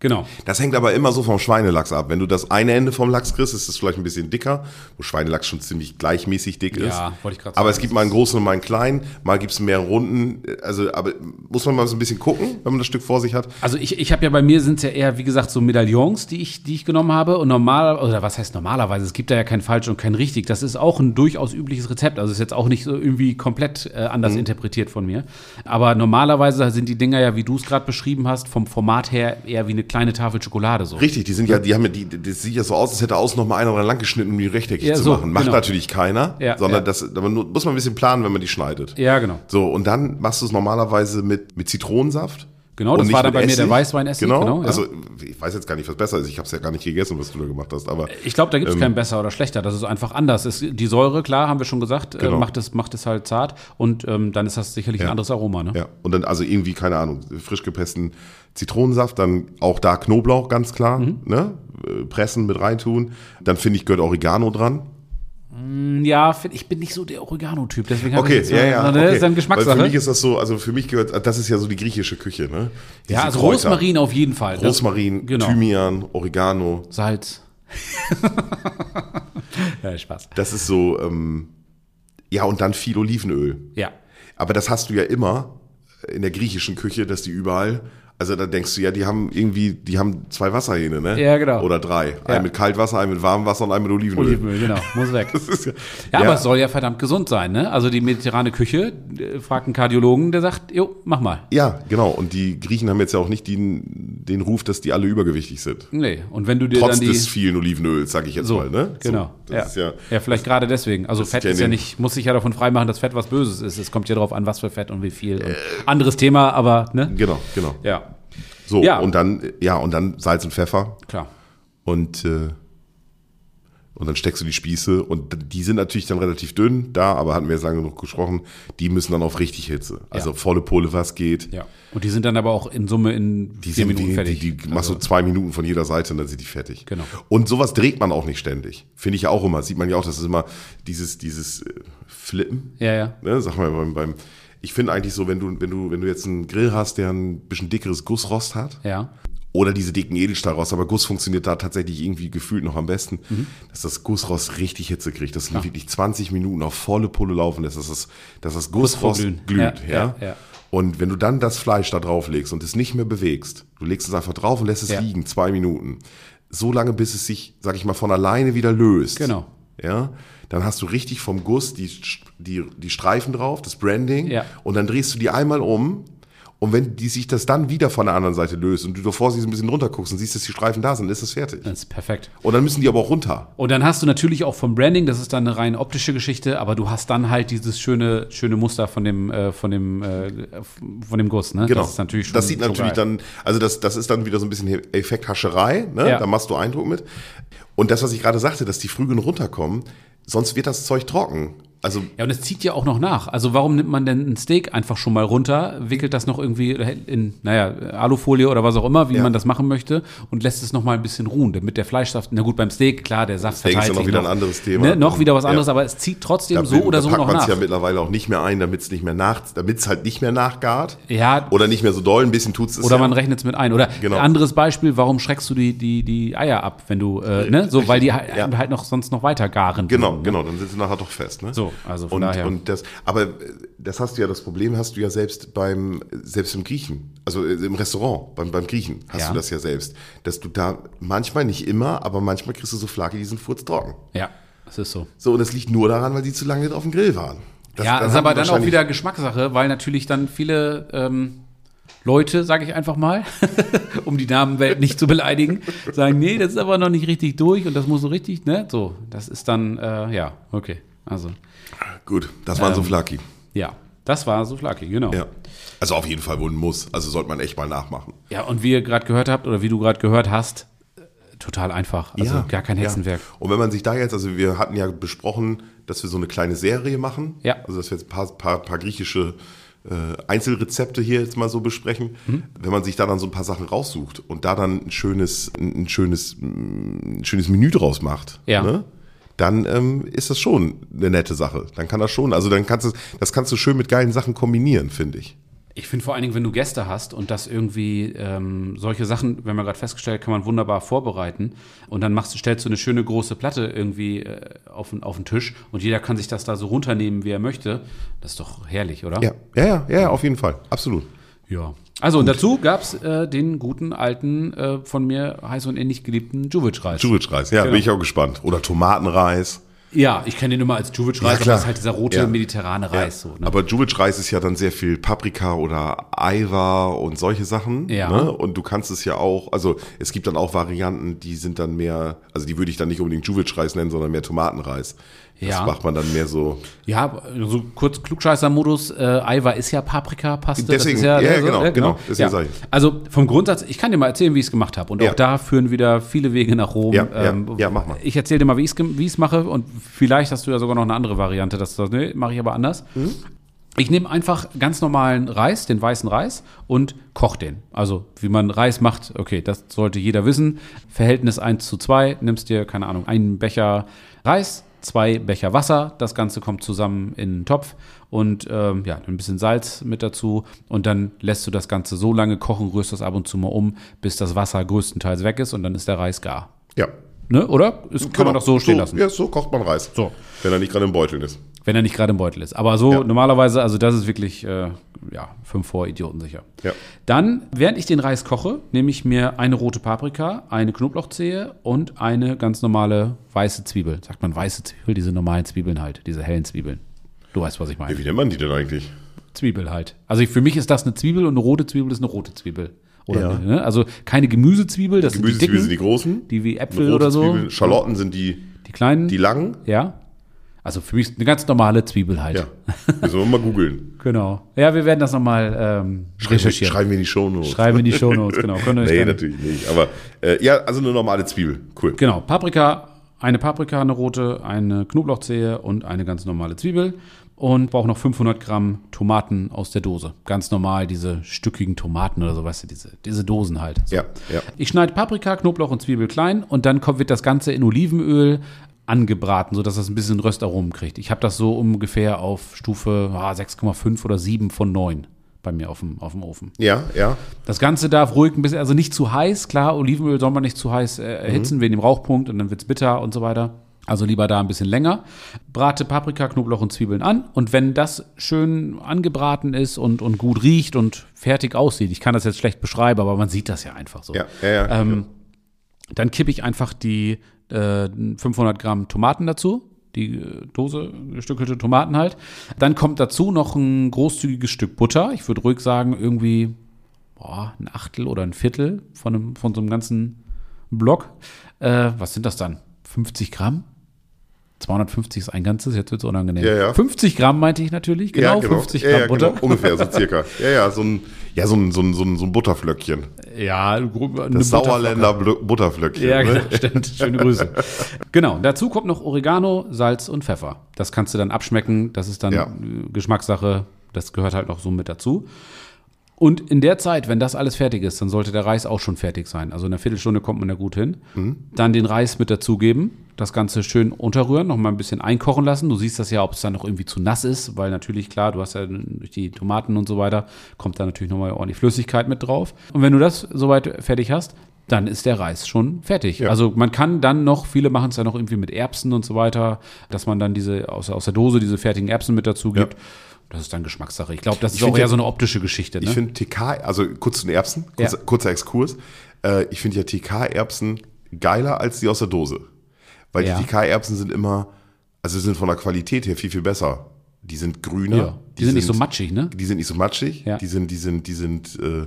B: Genau.
A: Das hängt aber immer so vom Schweinelachs ab. Wenn du das eine Ende vom Lachs kriegst, ist es vielleicht ein bisschen dicker, wo Schweinelachs schon ziemlich gleichmäßig dick ist.
B: Ja, wollte ich gerade
A: Aber
B: sagen,
A: es gibt mal einen großen und mal einen kleinen, mal gibt es mehr Runden. Also, aber muss man mal so ein bisschen gucken, wenn man das Stück vor sich hat.
B: Also ich, ich habe ja bei mir sind es ja eher, wie gesagt, so Medaillons, die ich, die ich genommen habe. Und normal, oder was heißt normalerweise, es gibt da ja kein falsch und kein richtig. Das ist auch ein durchaus übliches Rezept. Also ist jetzt auch nicht so irgendwie komplett äh, anders
A: Mhm.
B: interpretiert von mir. Aber normalerweise sind die Dinger ja, wie du es gerade beschrieben hast, vom Format her eher wie eine kleine Tafel Schokolade so.
A: Richtig, die sind ja, die haben ja, die, das sieht ja so aus, als hätte außen noch mal einer dran lang geschnitten, um die rechteckig
B: Ja,
A: zu
B: so,
A: machen. Macht
B: genau.
A: natürlich keiner,
B: Ja,
A: sondern
B: ja.
A: das, aber nur, muss man ein bisschen planen, wenn man die schneidet.
B: Ja, genau.
A: So, und dann machst du es normalerweise mit, mit Zitronensaft.
B: Genau,
A: Und
B: das
A: nicht
B: war dann
A: mit
B: bei mir der
A: Essig.
B: Weißweinessig,
A: Genau,
B: genau, ja.
A: also ich weiß jetzt gar nicht, was besser ist. Ich habe es ja gar nicht gegessen, was du da gemacht hast. Aber
B: Ich glaube, da gibt es
A: ähm,
B: kein besser oder schlechter. Das ist einfach anders. Es, die Säure, klar, haben wir schon gesagt,
A: Genau.
B: äh, macht, es, macht es halt zart. Und ähm, dann ist das sicherlich ein anderes Aroma. Ne?
A: ja, und dann also irgendwie, keine Ahnung, frisch gepressten Zitronensaft, dann auch da Knoblauch, ganz klar,
B: Mhm.
A: ne? Äh, Pressen mit reintun. Dann finde ich, gehört Oregano dran.
B: Ja, find- ich bin nicht so der Oregano-Typ, deswegen hab
A: Okay,
B: ich jetzt,
A: ja,
B: äh,
A: ja.
B: ne,
A: okay.
B: Das ist dann
A: Weil für
B: Geschmackssache.
A: mich ist das so, also für mich gehört, das ist ja so die griechische Küche, ne? Diese
B: ja, also
A: Kräuter.
B: Rosmarin auf jeden Fall. Das-
A: Rosmarin,
B: genau.
A: Thymian, Oregano,
B: Salz. [LAUGHS] ja, Spaß.
A: das ist so, ähm, ja, und dann viel Olivenöl.
B: Ja.
A: Aber das hast du ja immer in der griechischen Küche, dass die überall Also da denkst du ja, die haben irgendwie, die haben zwei Wasserhähne, ne?
B: Ja, genau.
A: Oder drei. Einen mit Kaltwasser, einen mit warmem Wasser und einen mit Olivenöl.
B: Olivenöl, genau, muss weg.
A: [LAUGHS] Das ist ja,
B: Ja, aber es soll ja verdammt gesund sein, ne? Also die mediterrane Küche, äh, fragt einen Kardiologen, der sagt, jo, mach mal.
A: ja, genau. Und die Griechen haben jetzt ja auch nicht den, den Ruf, dass die alle übergewichtig sind.
B: Nee, und wenn du dir
A: Trotz
B: dann die...
A: des vielen Olivenöls, sag ich jetzt
B: so,
A: mal, ne?
B: genau.
A: So, das
B: ja.
A: ist ja.
B: vielleicht gerade deswegen. Also Fett
A: ja
B: ist ja
A: in den-
B: nicht, muss sich ja davon freimachen, dass Fett was Böses ist. Es kommt ja darauf an, was für Fett und wie viel.
A: Äh.
B: Und anderes Thema, aber, ne?
A: Genau, genau.
B: Ja,
A: So,
B: Ja.
A: und dann, ja, und dann Salz und Pfeffer
B: klar.
A: und, äh, und dann steckst du die Spieße und die sind natürlich dann relativ dünn da, aber hatten wir jetzt lange genug gesprochen, die müssen dann auf richtig Hitze. Also
B: Ja.
A: volle Pole, was geht.
B: Ja. Und die sind dann aber auch in Summe in
A: Die
B: vier
A: sind,
B: Minuten
A: die,
B: fertig. Also
A: die, die machst du zwei Minuten von jeder Seite und dann sind die fertig.
B: Genau.
A: Und sowas dreht man auch nicht ständig. Finde ich ja auch immer. Sieht man ja auch, das ist immer dieses, dieses äh, Flippen.
B: ja, ja.
A: Ne, sag mal beim, beim ich finde eigentlich so, wenn du, wenn du, wenn du jetzt einen Grill hast, der ein bisschen dickeres Gussrost hat,
B: Ja.
A: oder diese dicken Edelstahlrost, aber Guss funktioniert da tatsächlich irgendwie gefühlt noch am besten,
B: Mhm.
A: dass das Gussrost richtig Hitze kriegt, dass du wirklich 20 Minuten auf volle Pulle laufen lässt, dass das, dass das Gussrost
B: vorglühen.
A: glüht. Ja,
B: Ja, ja, ja.
A: Und wenn du dann das Fleisch da drauf legst und es nicht mehr bewegst, du legst es einfach drauf und lässt es
B: Ja.
A: liegen, zwei Minuten, so lange, bis es sich, sag ich mal, von alleine wieder löst.
B: Genau.
A: Ja, dann hast du richtig vom Guss die, die, die Streifen drauf, das Branding,
B: Ja.
A: und dann drehst du die einmal um. Und wenn die sich das dann wieder von der anderen Seite löst und du davor sie ein bisschen runter guckst und siehst, dass die Streifen da sind, ist das fertig.
B: Das ist perfekt.
A: Und dann müssen die aber auch runter.
B: Und dann hast du natürlich auch vom Branding, das ist dann eine rein optische Geschichte, aber du hast dann halt dieses schöne, schöne Muster von dem, äh, von dem, äh, von dem Guss, ne?
A: Genau.
B: Das ist natürlich schon.
A: Das sieht
B: schon
A: natürlich
B: geil.
A: dann, also das, das ist dann wieder so ein bisschen Effekthascherei, ne?
B: Ja.
A: Da machst du Eindruck mit. Und das, was ich gerade sagte, dass die früh genug runterkommen, sonst wird das Zeug trocken. Also
B: Ja, und es zieht ja auch noch nach. Also warum nimmt man denn ein Steak einfach schon mal runter, wickelt das noch irgendwie in, naja, Alufolie oder was auch immer, wie
A: Ja.
B: man das machen möchte und lässt es noch mal ein bisschen ruhen, damit der Fleischsaft, na gut, beim Steak, klar, der Saft
A: Steak ist
B: verteilt
A: ja noch
B: sich
A: wieder
B: noch,
A: ein anderes Thema.
B: Ne, noch wieder was
A: Ja.
B: anderes, aber es zieht trotzdem
A: da,
B: so
A: bin-
B: oder
A: da
B: so
A: packt
B: noch
A: man's
B: nach.
A: ja mittlerweile auch nicht mehr ein, damit es nicht mehr nach, damit es halt nicht mehr nachgart.
B: ja,
A: Oder nicht mehr so doll, ein bisschen tut's es.
B: Oder
A: ja.
B: man rechnet es mit ein. Oder
A: Genau.
B: ein anderes Beispiel, warum schreckst du die, die, die Eier ab, wenn du, äh, ne? So, weil die halt,
A: Ja.
B: halt noch sonst noch weiter garen.
A: Genau, genau, dann sind sie nachher doch fest. Ne?
B: Mhm. So, also
A: und,
B: von daher.
A: Und das, aber äh, das hast du ja, das Problem hast du ja selbst beim, selbst im Griechen, also äh, im Restaurant, beim, beim Griechen hast
B: Ja.
A: du das ja selbst. Dass du da manchmal, nicht immer, aber manchmal kriegst du so Flake, die sind furztrocken.
B: Ja, das ist so.
A: So, und das liegt nur daran, weil die zu lange nicht auf dem Grill waren. Das,
B: ja, das
A: haben
B: ist
A: die
B: aber dann auch
A: wahrscheinlich-
B: wieder Geschmackssache, weil natürlich dann viele ähm, Leute, sage ich einfach mal, [LAUGHS] um die Damenwelt nicht
A: [LAUGHS]
B: zu beleidigen, sagen, nee, das ist aber noch nicht richtig durch und das muss so richtig, ne? So, das ist dann, äh, ja, okay. Also,
A: Gut, das
B: Ähm.
A: waren so Flaki.
B: ja, das war so flackig, genau.
A: Ja. Also auf jeden Fall wohl ein Muss. Also sollte man echt mal nachmachen.
B: Ja, und wie ihr gerade gehört habt oder wie du gerade gehört hast, äh, total einfach. Also
A: Ja,
B: gar kein Hexenwerk.
A: Ja. Und wenn man sich da jetzt, also wir hatten ja besprochen, dass wir so eine kleine Serie machen.
B: Ja.
A: Also dass wir jetzt ein paar, paar, paar griechische äh, Einzelrezepte hier jetzt mal so besprechen.
B: Mhm.
A: Wenn man sich da dann so ein paar Sachen raussucht und da dann ein schönes, ein ein schönes, ein schönes Menü draus macht, ne,
B: Ja.
A: dann ähm, ist das schon eine nette Sache. Dann kann das schon, also dann kannst du, das kannst du schön mit geilen Sachen kombinieren, finde ich.
B: Ich finde vor allen Dingen, wenn du Gäste hast und das irgendwie ähm, solche Sachen, wenn man gerade festgestellt, kann man wunderbar vorbereiten und dann machst, du- stellst du eine schöne große Platte irgendwie äh, auf, den- auf den Tisch und jeder kann sich das da so runternehmen, wie er möchte. Das ist doch herrlich, oder?
A: Ja, ja, ja, ja, ja auf jeden Fall. Absolut.
B: ja. Also und dazu gab es äh, den guten alten, äh, von mir heiß und ähnlich geliebten Juvic-Reis.
A: Juric-Reis, ja,
B: Genau.
A: bin ich auch gespannt. Oder Tomatenreis.
B: ja, ich kenne den immer als
A: Ja,
B: Juvic-Reis, aber
A: klar.
B: das ist halt dieser rote
A: Ja.
B: mediterrane Reis.
A: Ja,
B: So, ne?
A: Aber Juwelreis ist ja dann sehr viel Paprika oder Eiwa und solche Sachen.
B: Ja.
A: Ne? Und du kannst es ja auch, also es gibt dann auch Varianten, die sind dann mehr, also die würde ich dann nicht unbedingt Juwelreis nennen, sondern mehr Tomatenreis. Das
B: Ja.
A: macht man dann mehr so.
B: Ja, so kurz Klugscheißer-Modus. Äh, Aiwa ist ja Paprikapaste.
A: Deswegen,
B: ist
A: ja,
B: so,
A: genau,
B: äh,
A: genau, deswegen
B: Ja.
A: sag ich.
B: Also vom Grundsatz, ich kann dir mal erzählen, wie ich es gemacht habe. Und
A: Ja.
B: auch da führen wieder viele Wege nach Rom.
A: Ja, ja, ja, mach mal.
B: ähm, Ich erzähle dir mal, wie ich es mache. Und vielleicht hast du ja sogar noch eine andere Variante. Dass du sagst, nee, mache ich aber anders.
A: Mhm.
B: Ich nehme einfach ganz normalen Reis, den weißen Reis, und koche den. Also, wie man Reis macht, okay, das sollte jeder wissen. Verhältnis 1 zu 2, nimmst dir, keine Ahnung, einen Becher Reis, zwei Becher Wasser, das Ganze kommt zusammen in einen Topf und ähm, ja, ein bisschen Salz mit dazu und dann lässt du das Ganze so lange kochen, rührst das ab und zu mal um, bis das Wasser größtenteils weg ist und dann ist der Reis gar.
A: Ja.
B: Ne, oder? Ist, kann man doch so stehen lassen.
A: Ja, so kocht man Reis.
B: So.
A: Wenn er nicht gerade im Beutel ist.
B: Wenn er nicht gerade im Beutel ist. Aber so
A: Ja.
B: normalerweise, also das ist wirklich äh, ja, fünf vor Idioten sicher.
A: Ja.
B: Dann, während ich den Reis koche, nehme ich mir eine rote Paprika, eine Knoblauchzehe und eine ganz normale weiße Zwiebel. Sagt man weiße Zwiebel, diese normalen Zwiebeln halt, diese hellen Zwiebeln. Du weißt, was ich meine.
A: Wie nennt man die denn eigentlich?
B: Zwiebel halt. Also ich, für mich ist das eine Zwiebel und eine rote Zwiebel ist eine rote Zwiebel. Oder
A: Ja.
B: ne? Also keine Gemüsezwiebel, das sind die
A: Gemüsezwiebeln
B: dicken,
A: sind die großen.
B: die wie Äpfel
A: rote
B: oder so.
A: Zwiebeln. Schalotten sind die,
B: Die kleinen,
A: die langen.
B: ja. Also für mich ist eine ganz normale Zwiebel halt.
A: Ja.
B: [LAUGHS]
A: Müssen wir mal googeln.
B: Genau. Ja, wir werden das nochmal ähm, recherchieren.
A: Schreiben wir in die Shownotes.
B: Schreiben in die Shownotes, genau. Könnt ihr euch
A: Nee,
B: dann-
A: natürlich nicht. Aber äh, ja, also eine normale Zwiebel. Cool.
B: Genau, Paprika, eine Paprika, eine rote, eine Knoblauchzehe und eine ganz normale Zwiebel. Und brauche noch 500 Gramm Tomaten aus der Dose. Ganz normal, diese stückigen Tomaten oder so, weißt du, diese, diese Dosen halt. So.
A: Ja, ja.
B: Ich schneide Paprika, Knoblauch und Zwiebel klein und dann kommt, wird das Ganze in Olivenöl angebraten, sodass das ein bisschen Röstaromen kriegt. Ich habe das so ungefähr auf Stufe ah, 6,5 oder 7 von 9 bei mir auf dem, auf dem Ofen.
A: Ja, ja.
B: Das Ganze darf ruhig ein bisschen, also nicht zu heiß, klar, Olivenöl soll man nicht zu heiß äh, erhitzen wegen dem Rauchpunkt und dann wird's bitter und so weiter. Also lieber da ein bisschen länger. Brate Paprika, Knoblauch und Zwiebeln an. Und wenn das schön angebraten ist und, und gut riecht und fertig aussieht, ich kann das jetzt schlecht beschreiben, aber man sieht das ja einfach so.
A: Ja, ja, ja.
B: Ähm, Dann kippe ich einfach die äh, 500 Gramm Tomaten dazu, die äh, Dose gestückelte Tomaten halt. Dann kommt dazu noch ein großzügiges Stück Butter. Ich würde ruhig sagen, irgendwie boah, ein Achtel oder ein Viertel von, einem, von so einem ganzen Block. Äh, was sind das dann? 50 Gramm? 250 ist ein ganzes, jetzt wird es unangenehm.
A: Ja, ja.
B: 50 Gramm meinte ich natürlich, genau,
A: ja,
B: 50
A: ja,
B: Gramm
A: ja,
B: Butter.
A: Genau, ungefähr, so
B: [LAUGHS]
A: circa. Ja, ja, so ein, ja, so ein, so ein, so ein, so ein Butterflöckchen.
B: Ja, grob- eine
A: Das
B: Butterflocke.
A: Sauerländer Bl- Butterflöckchen. [LAUGHS] ne?
B: Ja, genau, stimmt. Schöne Grüße. Genau, dazu kommt noch Oregano, Salz und Pfeffer. Das kannst du dann abschmecken, das ist dann
A: Ja.
B: äh, Geschmackssache, das gehört halt noch so mit dazu. Und in der Zeit, wenn das alles fertig ist, dann sollte der Reis auch schon fertig sein. Also in einer Viertelstunde kommt man da gut hin.
A: Mhm.
B: Dann den Reis mit dazugeben, das Ganze schön unterrühren, noch mal ein bisschen einkochen lassen. Du siehst das ja, ob es dann noch irgendwie zu nass ist, weil natürlich, klar, du hast ja durch die Tomaten und so weiter, kommt da natürlich noch mal ordentlich Flüssigkeit mit drauf. Und wenn du das soweit fertig hast, dann ist der Reis schon fertig.
A: Ja.
B: Also man kann dann noch, viele machen es ja noch irgendwie mit Erbsen und so weiter, dass man dann diese aus, der- aus der Dose diese fertigen Erbsen mit dazu gibt. Das ist dann Geschmackssache. Ich glaube, das ist auch
A: find
B: eher
A: ja-
B: so eine optische Geschichte. Ne?
A: Ich finde TK, also kurz zu den Erbsen, kurz,
B: Ja.
A: kurzer Exkurs. Äh, ich finde ja TK-Erbsen geiler als die aus der Dose. Weil
B: Ja.
A: die TK-Erbsen sind immer, also sind von der Qualität her viel, viel besser. Die sind grüner.
B: Ja. Die, sind, nicht so matschig, ne?
A: Die sind nicht so matschig.
B: Ja.
A: Die sind, die sind, die sind, äh,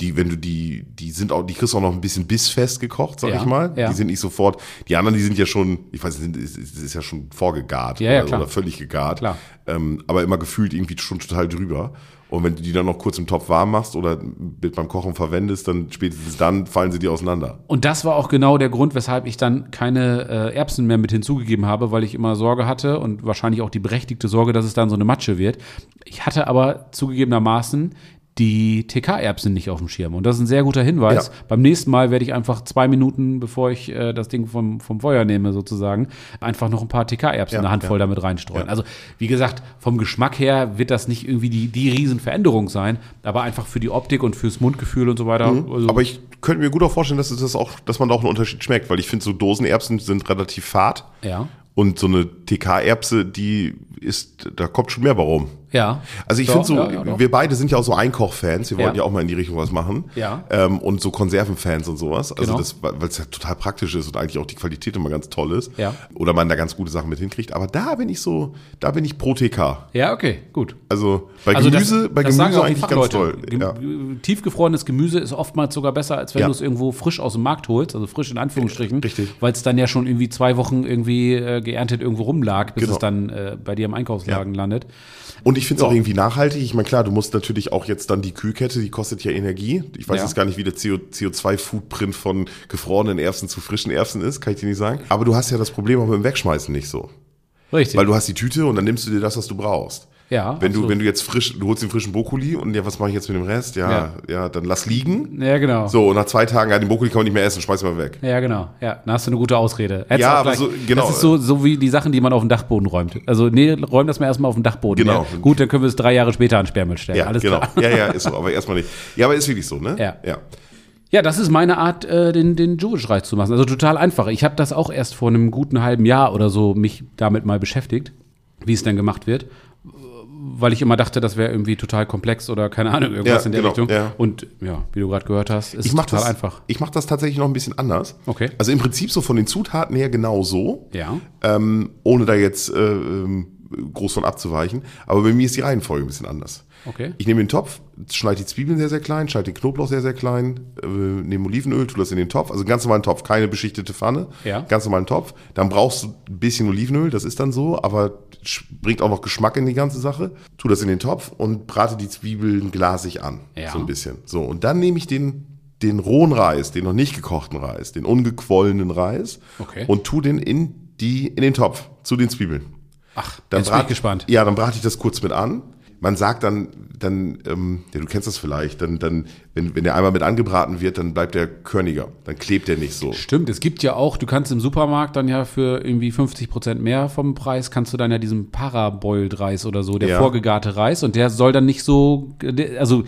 A: die, wenn du die, die sind auch, die kriegst du auch noch ein bisschen bissfest gekocht, sag
B: Ja,
A: ich mal.
B: ja.
A: Die sind nicht sofort, die anderen, die sind ja schon, ich weiß nicht, es ist, es ist ja schon vorgegart
B: Ja, ja,
A: oder,
B: klar.
A: oder völlig gegart.
B: Klar.
A: Ähm, aber immer gefühlt irgendwie schon total drüber. Und wenn du die dann noch kurz im Topf warm machst oder mit beim Kochen verwendest, dann spätestens dann fallen sie dir auseinander.
B: Und das war auch genau der Grund, weshalb ich dann keine äh, Erbsen mehr mit hinzugegeben habe, weil ich immer Sorge hatte und wahrscheinlich auch die berechtigte Sorge, dass es dann so eine Matsche wird. Ich hatte aber zugegebenermaßen die TK-Erbsen nicht auf dem Schirm. Und das ist ein sehr guter Hinweis.
A: Ja.
B: Beim nächsten Mal werde ich einfach zwei Minuten, bevor ich äh, das Ding vom, vom Feuer nehme, sozusagen, einfach noch ein paar TK-Erbsen,
A: Ja,
B: eine Handvoll damit reinstreuen. Also, wie gesagt, vom Geschmack her wird das nicht irgendwie die, die Riesenveränderung sein, aber einfach für die Optik und fürs Mundgefühl und so weiter. Also,
A: Aber ich könnte mir gut auch vorstellen, dass es das auch, dass man da auch einen Unterschied schmeckt, weil ich finde, so Dosenerbsen sind relativ fad.
B: ja.
A: Und so eine TK-Erbse, die ist, da kommt schon mehr bei rum.
B: Ja.
A: Also ich
B: Doch,
A: finde so,
B: ja, ja, doch.
A: wir beide sind ja auch so Einkochfans, wir wollten ja.
B: Ja.
A: auch mal in die Richtung was machen.
B: Ja.
A: Ähm, und so Konservenfans und sowas. Also
B: Genau.
A: das, weil es ja total praktisch ist und eigentlich auch die Qualität immer ganz toll ist.
B: Ja.
A: Oder man da ganz gute Sachen mit hinkriegt. Aber da bin ich so, da bin ich pro TK.
B: Ja, okay, gut.
A: Also bei
B: Also
A: Gemüse, bei
B: sagen
A: Gemüse
B: auch die
A: eigentlich ganz toll.
B: Fachleute.
A: Ja.
B: Gem- Tiefgefrorenes Gemüse ist oftmals sogar besser, als wenn
A: Ja. Äh,
B: du es irgendwo frisch aus dem Markt holst, also frisch in Anführungsstrichen,
A: Richtig.
B: weil es dann ja schon irgendwie zwei Wochen irgendwie äh, geerntet irgendwo rumlag, bis
A: Genau.
B: es dann äh, bei dir im Einkaufsladen landet.
A: Und ich finde es auch irgendwie nachhaltig. Ich meine, klar, du musst natürlich auch jetzt dann die Kühlkette, die kostet ja Energie. Ich weiß
B: Ja.
A: jetzt gar nicht, wie der CO CO2-Footprint von gefrorenen Erbsen zu frischen Erbsen ist, kann ich dir nicht sagen. Aber du hast ja das Problem auch mit dem Wegschmeißen nicht so.
B: Richtig.
A: Weil du hast die Tüte und dann nimmst du dir das, was du brauchst.
B: Ja,
A: Wenn du,
B: absolut.
A: wenn du jetzt frisch, du holst den frischen Brokkoli und ja, was mache ich jetzt mit dem Rest? Ja, ja,
B: Ja.
A: dann lass liegen.
B: ja, genau.
A: So, und nach zwei Tagen, ja, den Brokkoli kann man nicht mehr essen, schmeiß ihn mal weg.
B: Ja, genau. Ja, dann hast du eine gute Ausrede. Hättest
A: Ja,
B: auch
A: aber
B: gleich-
A: so- genau.
B: Das ist so, so wie die Sachen, die man auf den Dachboden räumt. Also, nee, räum das mal erstmal auf den Dachboden.
A: Genau.
B: Ja, gut, dann können wir es drei Jahre später an Sperrmüll stellen.
A: Ja,
B: Alles
A: genau.
B: klar.
A: Ja, ja, ist so, aber erstmal nicht. Ja, aber ist wirklich so, ne?
B: Ja.
A: ja.
B: Ja, das ist meine Art, äh, den, den Jewish-Reis zu machen. Also total einfach. Ich habe das auch erst vor einem guten halben Jahr oder so mich damit mal beschäftigt, wie es dann gemacht wird. weil ich immer dachte, das wäre irgendwie total komplex oder keine Ahnung, irgendwas
A: Ja,
B: in der
A: genau,
B: Richtung.
A: ja.
B: Und ja, wie du gerade gehört hast, ist
A: Ich
B: es
A: mache
B: total
A: das
B: einfach.
A: Ich mache das tatsächlich noch ein bisschen anders.
B: Okay.
A: Also im Prinzip so von den Zutaten her genau so,
B: Ja.
A: ähm, ohne da jetzt äh, ähm, groß von abzuweichen. Aber bei mir ist die Reihenfolge ein bisschen anders.
B: Okay.
A: Ich nehme den Topf, schneide die Zwiebeln sehr, sehr klein, schneide den Knoblauch sehr, sehr klein, äh, nehme Olivenöl, tu das in den Topf, also einen ganz normalen Topf, keine beschichtete Pfanne,
B: Ja.
A: ganz normalen Topf. Dann brauchst du ein bisschen Olivenöl, das ist dann so, aber sch- bringt auch noch Geschmack in die ganze Sache. Tu das in den Topf und brate die Zwiebeln glasig an,
B: Ja.
A: so ein bisschen. So, und dann nehme ich den, den rohen Reis, den noch nicht gekochten Reis, den ungequollenen Reis
B: Okay.
A: und tu den in, die, in den Topf, zu den Zwiebeln.
B: Ach,
A: Dann
B: jetzt bin ich
A: brat-
B: gespannt.
A: Ja, dann brate ich das kurz mit an. Man sagt dann, dann, ähm, ja, du kennst das vielleicht, dann, dann, wenn, wenn der einmal mit angebraten wird, dann bleibt der körniger. Dann klebt der nicht so.
B: Stimmt, es gibt ja auch, du kannst im Supermarkt dann ja für irgendwie 50 Prozent mehr vom Preis, kannst du dann ja diesen Paraboiled Reis oder so, der
A: Ja.
B: vorgegarte Reis und der soll dann nicht so, der- also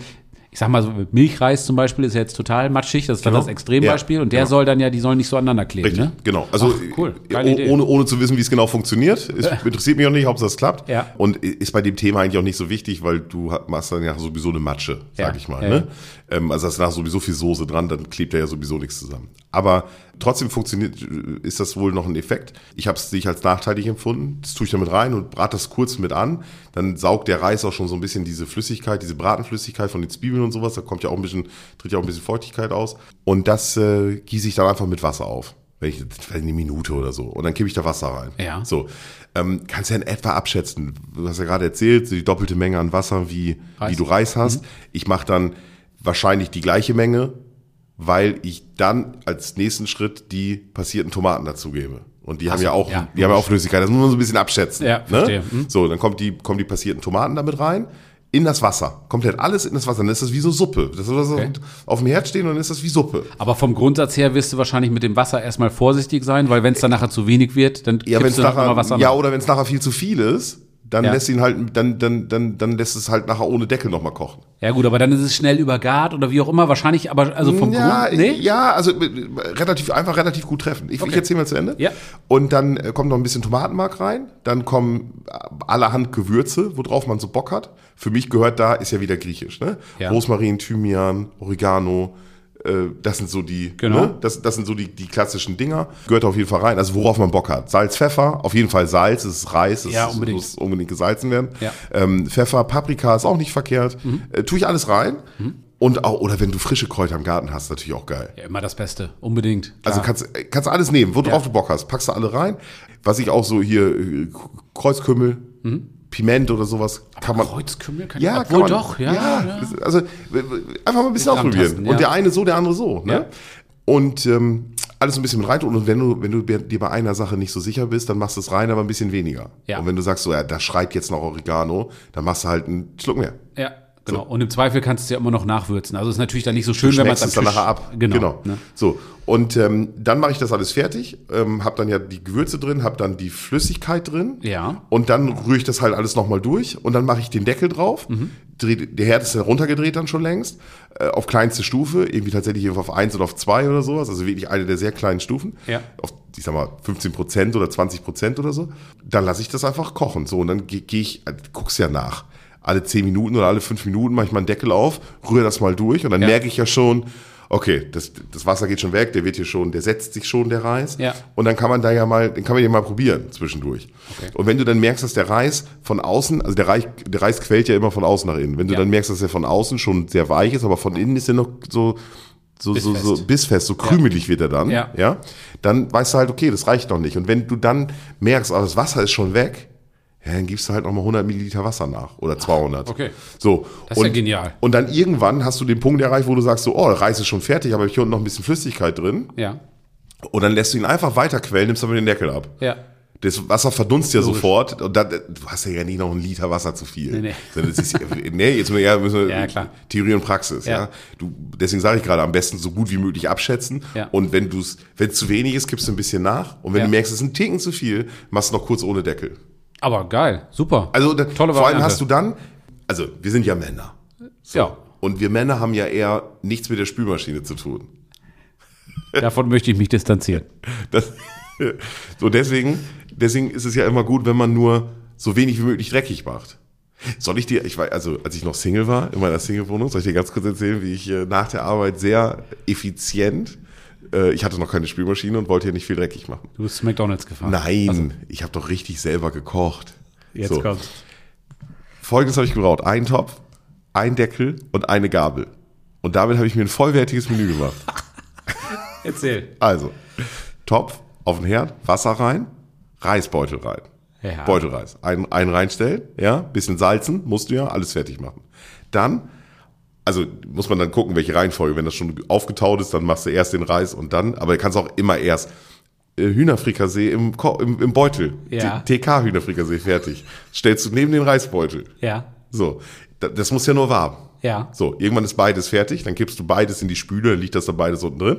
B: ich sag mal so, Milchreis zum Beispiel ist ja jetzt total matschig, das ist
A: Genau.
B: dann das Extrembeispiel
A: Ja,
B: und der
A: genau.
B: soll dann ja, die sollen nicht so aneinander kleben,
A: Richtig,
B: ne?
A: genau. Also
B: Ach, cool.
A: äh,
B: Geile
A: oh-
B: Idee.
A: ohne, ohne zu wissen, wie es genau funktioniert,
B: [LAUGHS]
A: ist, interessiert mich auch nicht, ob das klappt.
B: Ja.
A: Und ist bei dem Thema eigentlich auch nicht so wichtig, weil du ha- machst dann ja sowieso eine Matsche, sag
B: Ja,
A: ich mal.
B: ja,
A: Ne? Ähm, also hast du nachher sowieso viel Soße dran, dann klebt da ja sowieso nichts zusammen. Aber trotzdem funktioniert, äh, ist das wohl noch ein Effekt. Ich habe es nicht als nachteilig empfunden. Das tue ich damit rein und brate das kurz mit an. Dann saugt der Reis auch schon so ein bisschen diese Flüssigkeit, diese Bratenflüssigkeit von den Zwiebeln und sowas. Da kommt ja auch ein bisschen, tritt ja auch ein bisschen Feuchtigkeit aus. Und das äh, gieße ich dann einfach mit Wasser auf. Wenn ich, vielleicht eine Minute oder so. Und dann kippe ich da Wasser rein.
B: Ja.
A: So. Ähm, kannst ja in etwa abschätzen. Du hast ja gerade erzählt, die doppelte Menge an Wasser, wie,
B: Reis. Mhm.
A: wie du Reis hast. Ich mache dann wahrscheinlich die gleiche Menge, weil ich dann als nächsten Schritt die passierten Tomaten dazugebe. Und die haben ja auch,
B: ja,
A: die haben ja auch Flüssigkeit. Das muss man so ein bisschen abschätzen.
B: Ja, verstehe. Mhm.
A: ne? So, dann kommt die, kommen die passierten Tomaten damit rein. In das Wasser. Komplett alles in das Wasser. Dann ist das wie so Suppe. Das ist so
B: Okay.
A: auf dem Herd stehen und dann ist das wie Suppe.
B: Aber vom Grundsatz her wirst du wahrscheinlich mit dem Wasser erstmal vorsichtig sein, weil wenn es dann nachher zu wenig wird, dann
A: Ja, wenn
B: kippst
A: es
B: du noch mal
A: nachher,
B: Wasser
A: ja
B: nach.
A: oder wenn es nachher viel zu viel ist, dann
B: Ja.
A: lässt ihn halt, dann, dann, dann, dann lässt es halt nachher ohne Deckel nochmal kochen.
B: ja gut, aber dann ist es schnell übergart oder wie auch immer, wahrscheinlich, aber also vom
A: ja,
B: Grund, nee?
A: ja, also äh, relativ einfach relativ gut treffen. Ich, ich erzähle mal zu Ende.
B: Ja.
A: Und dann äh, kommt noch ein bisschen Tomatenmark rein, dann kommen äh, allerhand Gewürze, worauf man so Bock hat. Für mich gehört da ist ja wieder griechisch, ne?
B: Ja.
A: Rosmarin, Thymian, Oregano, äh, das sind so die,
B: Genau.
A: ne? das, das sind so die, die klassischen Dinger. Gehört auf jeden Fall rein, also worauf man Bock hat. Salz, Pfeffer, auf jeden Fall Salz, es ist Reis, es
B: Ja,
A: ist-
B: unbedingt.
A: muss unbedingt gesalzen werden.
B: Ja. Mhm.
A: Ähm, Pfeffer, Paprika ist auch nicht verkehrt. Äh, tue ich alles rein. Und auch, oder wenn du frische Kräuter im Garten hast, natürlich auch geil.
B: Ja, immer das Beste, unbedingt.
A: Also
B: klar.
A: kannst, äh, kannst alles nehmen, worauf du Bock hast. Packst du alle rein. Was ich auch so hier, äh, Kreuzkümmel, Piment oder sowas, kann man.
B: Mhm. Kreuzkümmel kann
A: Ja,
B: ich obwohl
A: kann man,
B: doch, ja. ja.
A: das- Also w- w- einfach mal ein bisschen ausprobieren.
B: Rantasten, ja.
A: Und der eine so, der andere so. Ne?
B: Ja.
A: Und ähm, alles ein bisschen mit rein tun. Und wenn du, wenn du dir bei einer Sache nicht so sicher bist, dann machst du es rein, aber ein bisschen weniger.
B: Ja.
A: Und wenn du sagst, so, ja, da schreit jetzt noch Oregano, dann machst du halt einen Schluck mehr.
B: Ja, genau. Und im Zweifel kannst du es ja immer noch nachwürzen. Also ist natürlich dann nicht so schön, wenn man es am
A: schmeckst dann
B: Tisch
A: nachher ab.
B: Genau. Ne?
A: So. Und ähm, dann mache ich das alles fertig, ähm, habe dann ja die Gewürze drin, habe dann die Flüssigkeit drin.
B: Ja.
A: Und dann rühre ich das halt alles nochmal durch und dann mache ich den Deckel drauf.
B: Mhm.
A: Dreh, der Herd ist ja runtergedreht dann schon längst, äh, auf kleinste Stufe, irgendwie tatsächlich auf eins oder auf zwei oder sowas, also wirklich eine der sehr kleinen Stufen.
B: Ja.
A: Auf, ich sag mal, 15 Prozent oder 20 Prozent oder so. Dann lasse ich das einfach kochen. So, und dann gehe geh ich, äh, guck's ja nach. Alle 10 Minuten oder alle 5 Minuten mache ich mal einen Deckel auf, rühre das mal durch und dann
B: Ja.
A: merke ich ja schon, okay, das, das Wasser geht schon weg, der wird hier schon, der setzt sich schon, der Reis.
B: Ja.
A: Und dann kann man da ja mal, dann kann man den mal probieren zwischendurch. Und wenn du dann merkst, dass der Reis von außen, also der Reis, der Reis quält ja immer von außen nach innen. Wenn du
B: Ja.
A: dann merkst, dass er von außen schon sehr weich ist, aber von innen ist er noch so, so, so, so
B: Bissfest.
A: bissfest, so krümelig wird er dann,
B: Ja.
A: ja, dann weißt du halt, okay, das reicht noch nicht. Und wenn du dann merkst, ah, das Wasser ist schon weg, ja, dann gibst du halt nochmal 100 Milliliter Wasser nach oder 200.
B: okay.
A: So.
B: Das ist ja genial.
A: Und dann irgendwann hast du den Punkt erreicht, wo du sagst, so, oh, der Reis ist schon fertig, aber hier unten noch ein bisschen Flüssigkeit drin.
B: Ja.
A: Und dann lässt du ihn einfach weiterquellen, nimmst aber den Deckel ab.
B: Ja.
A: Das Wasser verdunst ja sofort und dann, du hast ja nicht noch einen Liter Wasser zu viel.
B: Nee, nee.
A: Sondern es ist, nee jetzt müssen wir, ja, müssen wir
B: Ja, klar.
A: Theorie und Praxis. Ja.
B: Ja.
A: Du, deswegen sage ich gerade, am besten so gut wie möglich abschätzen.
B: Ja.
A: Und wenn du es, wenn es zu wenig ist, kippst du ein bisschen nach. Und wenn
B: Ja.
A: du merkst, es ist ein Ticken zu viel, machst du noch kurz ohne Deckel.
B: Aber geil, super.
A: Also da,
B: Tolle
A: vor allem
B: Variante.
A: hast du dann, also wir sind ja Männer.
B: Ja,
A: Und wir Männer haben ja eher nichts mit der Spülmaschine zu tun.
B: davon möchte ich mich distanzieren.
A: Das, so deswegen, deswegen ist es ja immer gut, wenn man nur so wenig wie möglich dreckig macht. Soll ich dir, ich weiß, also als ich noch Single war, in meiner Single-Wohnung, soll ich dir ganz kurz erzählen, wie ich äh, nach der Arbeit sehr effizient, äh, ich hatte noch keine Spülmaschine und wollte hier nicht viel dreckig machen.
B: Du bist zu McDonalds gefahren.
A: Nein, ich habe doch richtig selber gekocht.
B: Jetzt
A: So.
B: kommt's.
A: Folgendes habe ich gebraucht: einen Topf, ein Deckel und eine Gabel. Und damit habe ich mir ein vollwertiges Menü gemacht.
B: Erzähl.
A: Also, Topf auf den Herd, Wasser rein, Reisbeutel rein.
B: Ja.
A: Beutelreis. Einen, einen reinstellen, ja, bisschen salzen, musst du ja, alles fertig machen. Dann, also muss man dann gucken, welche Reihenfolge. Wenn das schon aufgetaut ist, dann machst du erst den Reis und dann, aber du kannst auch immer erst äh, Hühnerfrikassee im, Ko- im, im Beutel.
B: Ja.
A: TK-Hühnerfrikassee fertig. Stellst du neben den Reisbeutel.
B: Ja.
A: So, da- das muss ja nur warm.
B: Ja.
A: So, irgendwann ist beides fertig, dann kippst du beides in die Spüle, dann liegt das dann beides unten drin.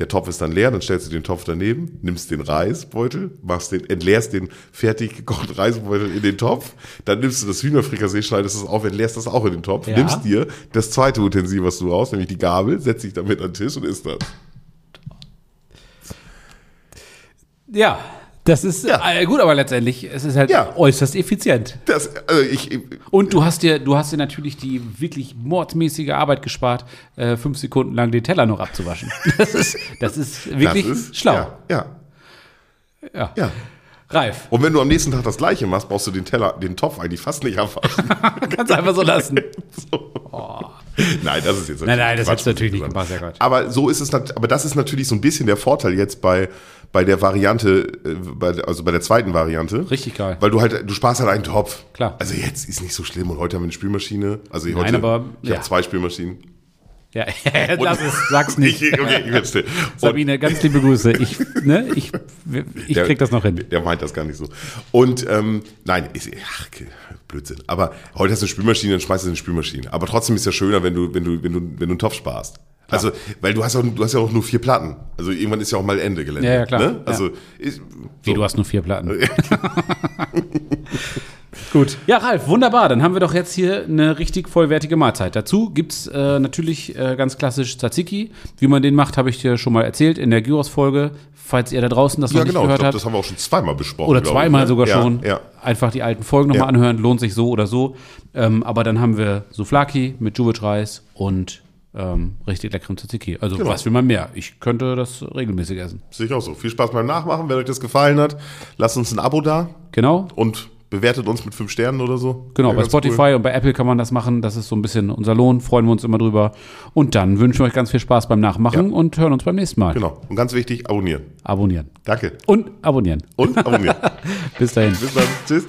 A: Der Topf ist dann leer, dann stellst du den Topf daneben, nimmst den Reisbeutel, machst den, entleerst den fertig gekochten Reisbeutel in den Topf, dann nimmst du das Hühnerfrikassee, schneidest es auf, entleerst das auch in den Topf,
B: Ja.
A: nimmst dir das zweite Utensil, was du brauchst, nämlich die Gabel, setzt dich damit an den Tisch und isst das.
B: Ja, das ist
A: Ja.
B: Äh, gut, aber letztendlich es ist halt
A: Ja.
B: äußerst effizient.
A: Das, also ich,
B: Und du hast dir, du hast dir natürlich die wirklich mordmäßige Arbeit gespart, äh, fünf Sekunden lang den Teller noch abzuwaschen. [LAUGHS] Das ist, das ist wirklich
A: das ist,
B: schlau.
A: Ja, ja,
B: Ja.
A: ja.
B: Reif.
A: Und wenn du am nächsten Tag das Gleiche machst, brauchst du den Teller, den Topf eigentlich fast nicht abwaschen.
B: Kannst einfach so lassen.
A: So. [LAUGHS] Nein, das ist jetzt
B: Nein, nein, das
A: Quatsch,
B: hättest du natürlich
A: was ich
B: nicht
A: gesagt
B: gemacht, ja Gott.
A: Aber so ist es, nat- aber das ist natürlich so ein bisschen der Vorteil jetzt bei, bei der Variante, äh, bei, der- also bei der zweiten Variante.
B: Richtig geil.
A: Weil du halt, du sparst halt einen Topf.
B: Klar.
A: Also jetzt ist nicht so schlimm und heute haben wir eine Spülmaschine. Also ich heute,
B: aber-
A: ich habe
B: ja.
A: zwei Spülmaschinen.
B: Ja, [LAUGHS] lass es, sag's nicht.
A: Ich, okay, ich werde still. Und
B: [LAUGHS] Sabine, ganz liebe Grüße. Ich, ne, ich, ich
A: der-
B: krieg das noch hin.
A: Der meint das gar nicht so. Und ähm, nein, ist, ach, ke- Blödsinn. Aber heute hast du eine Spülmaschine, dann schmeißt du in die Spülmaschine. Aber trotzdem ist ja schöner, wenn du, wenn du, wenn du, wenn du einen Topf sparst. Also, weil du hast ja, du hast ja auch nur vier Platten. Also irgendwann ist ja auch mal Ende Gelände.
B: Ja, ja, klar.
A: Ne? Also ist,
B: Wie, du hast nur
A: [LAUGHS]
B: vier Platten. Gut. Ja, Ralf, wunderbar. Dann haben wir doch jetzt hier eine richtig vollwertige Mahlzeit. Dazu gibt's äh, natürlich äh, ganz klassisch Tzatziki. Wie man den macht, habe ich dir schon mal erzählt in der Gyros-Folge. Falls ihr da draußen das noch
A: ja
B: nicht
A: genau. Ich
B: gehört
A: glaub,
B: habt.
A: das haben wir auch schon zweimal besprochen.
B: Oder
A: glaub
B: zweimal
A: ich, ne?
B: sogar
A: ja,
B: schon.
A: Ja.
B: Einfach die alten Folgen nochmal
A: Ja.
B: anhören, lohnt sich so oder so. Ähm, aber dann haben wir Souflaki mit Juwitz-Reis und ähm, richtig leckerem Tzatziki. Also
A: Genau.
B: was will man mehr? Ich könnte das regelmäßig essen.
A: Sehe ich auch so. Viel Spaß beim Nachmachen. Wenn euch das gefallen hat, lasst uns ein Abo da
B: Genau,
A: und bewertet uns mit fünf Sternen oder so.
B: genau.
A: Wäre
B: Bei
A: ganz cool.
B: Spotify und bei Apple kann man das machen. Das ist so ein bisschen unser Lohn. Freuen wir uns immer drüber. Und dann wünschen wir euch ganz viel Spaß beim Nachmachen und hören uns beim nächsten Mal.
A: Genau. Und ganz wichtig, abonnieren.
B: Abonnieren.
A: Danke.
B: Und abonnieren. [LAUGHS]
A: Und abonnieren.
B: Bis dahin.
A: Bis dann. Tschüss.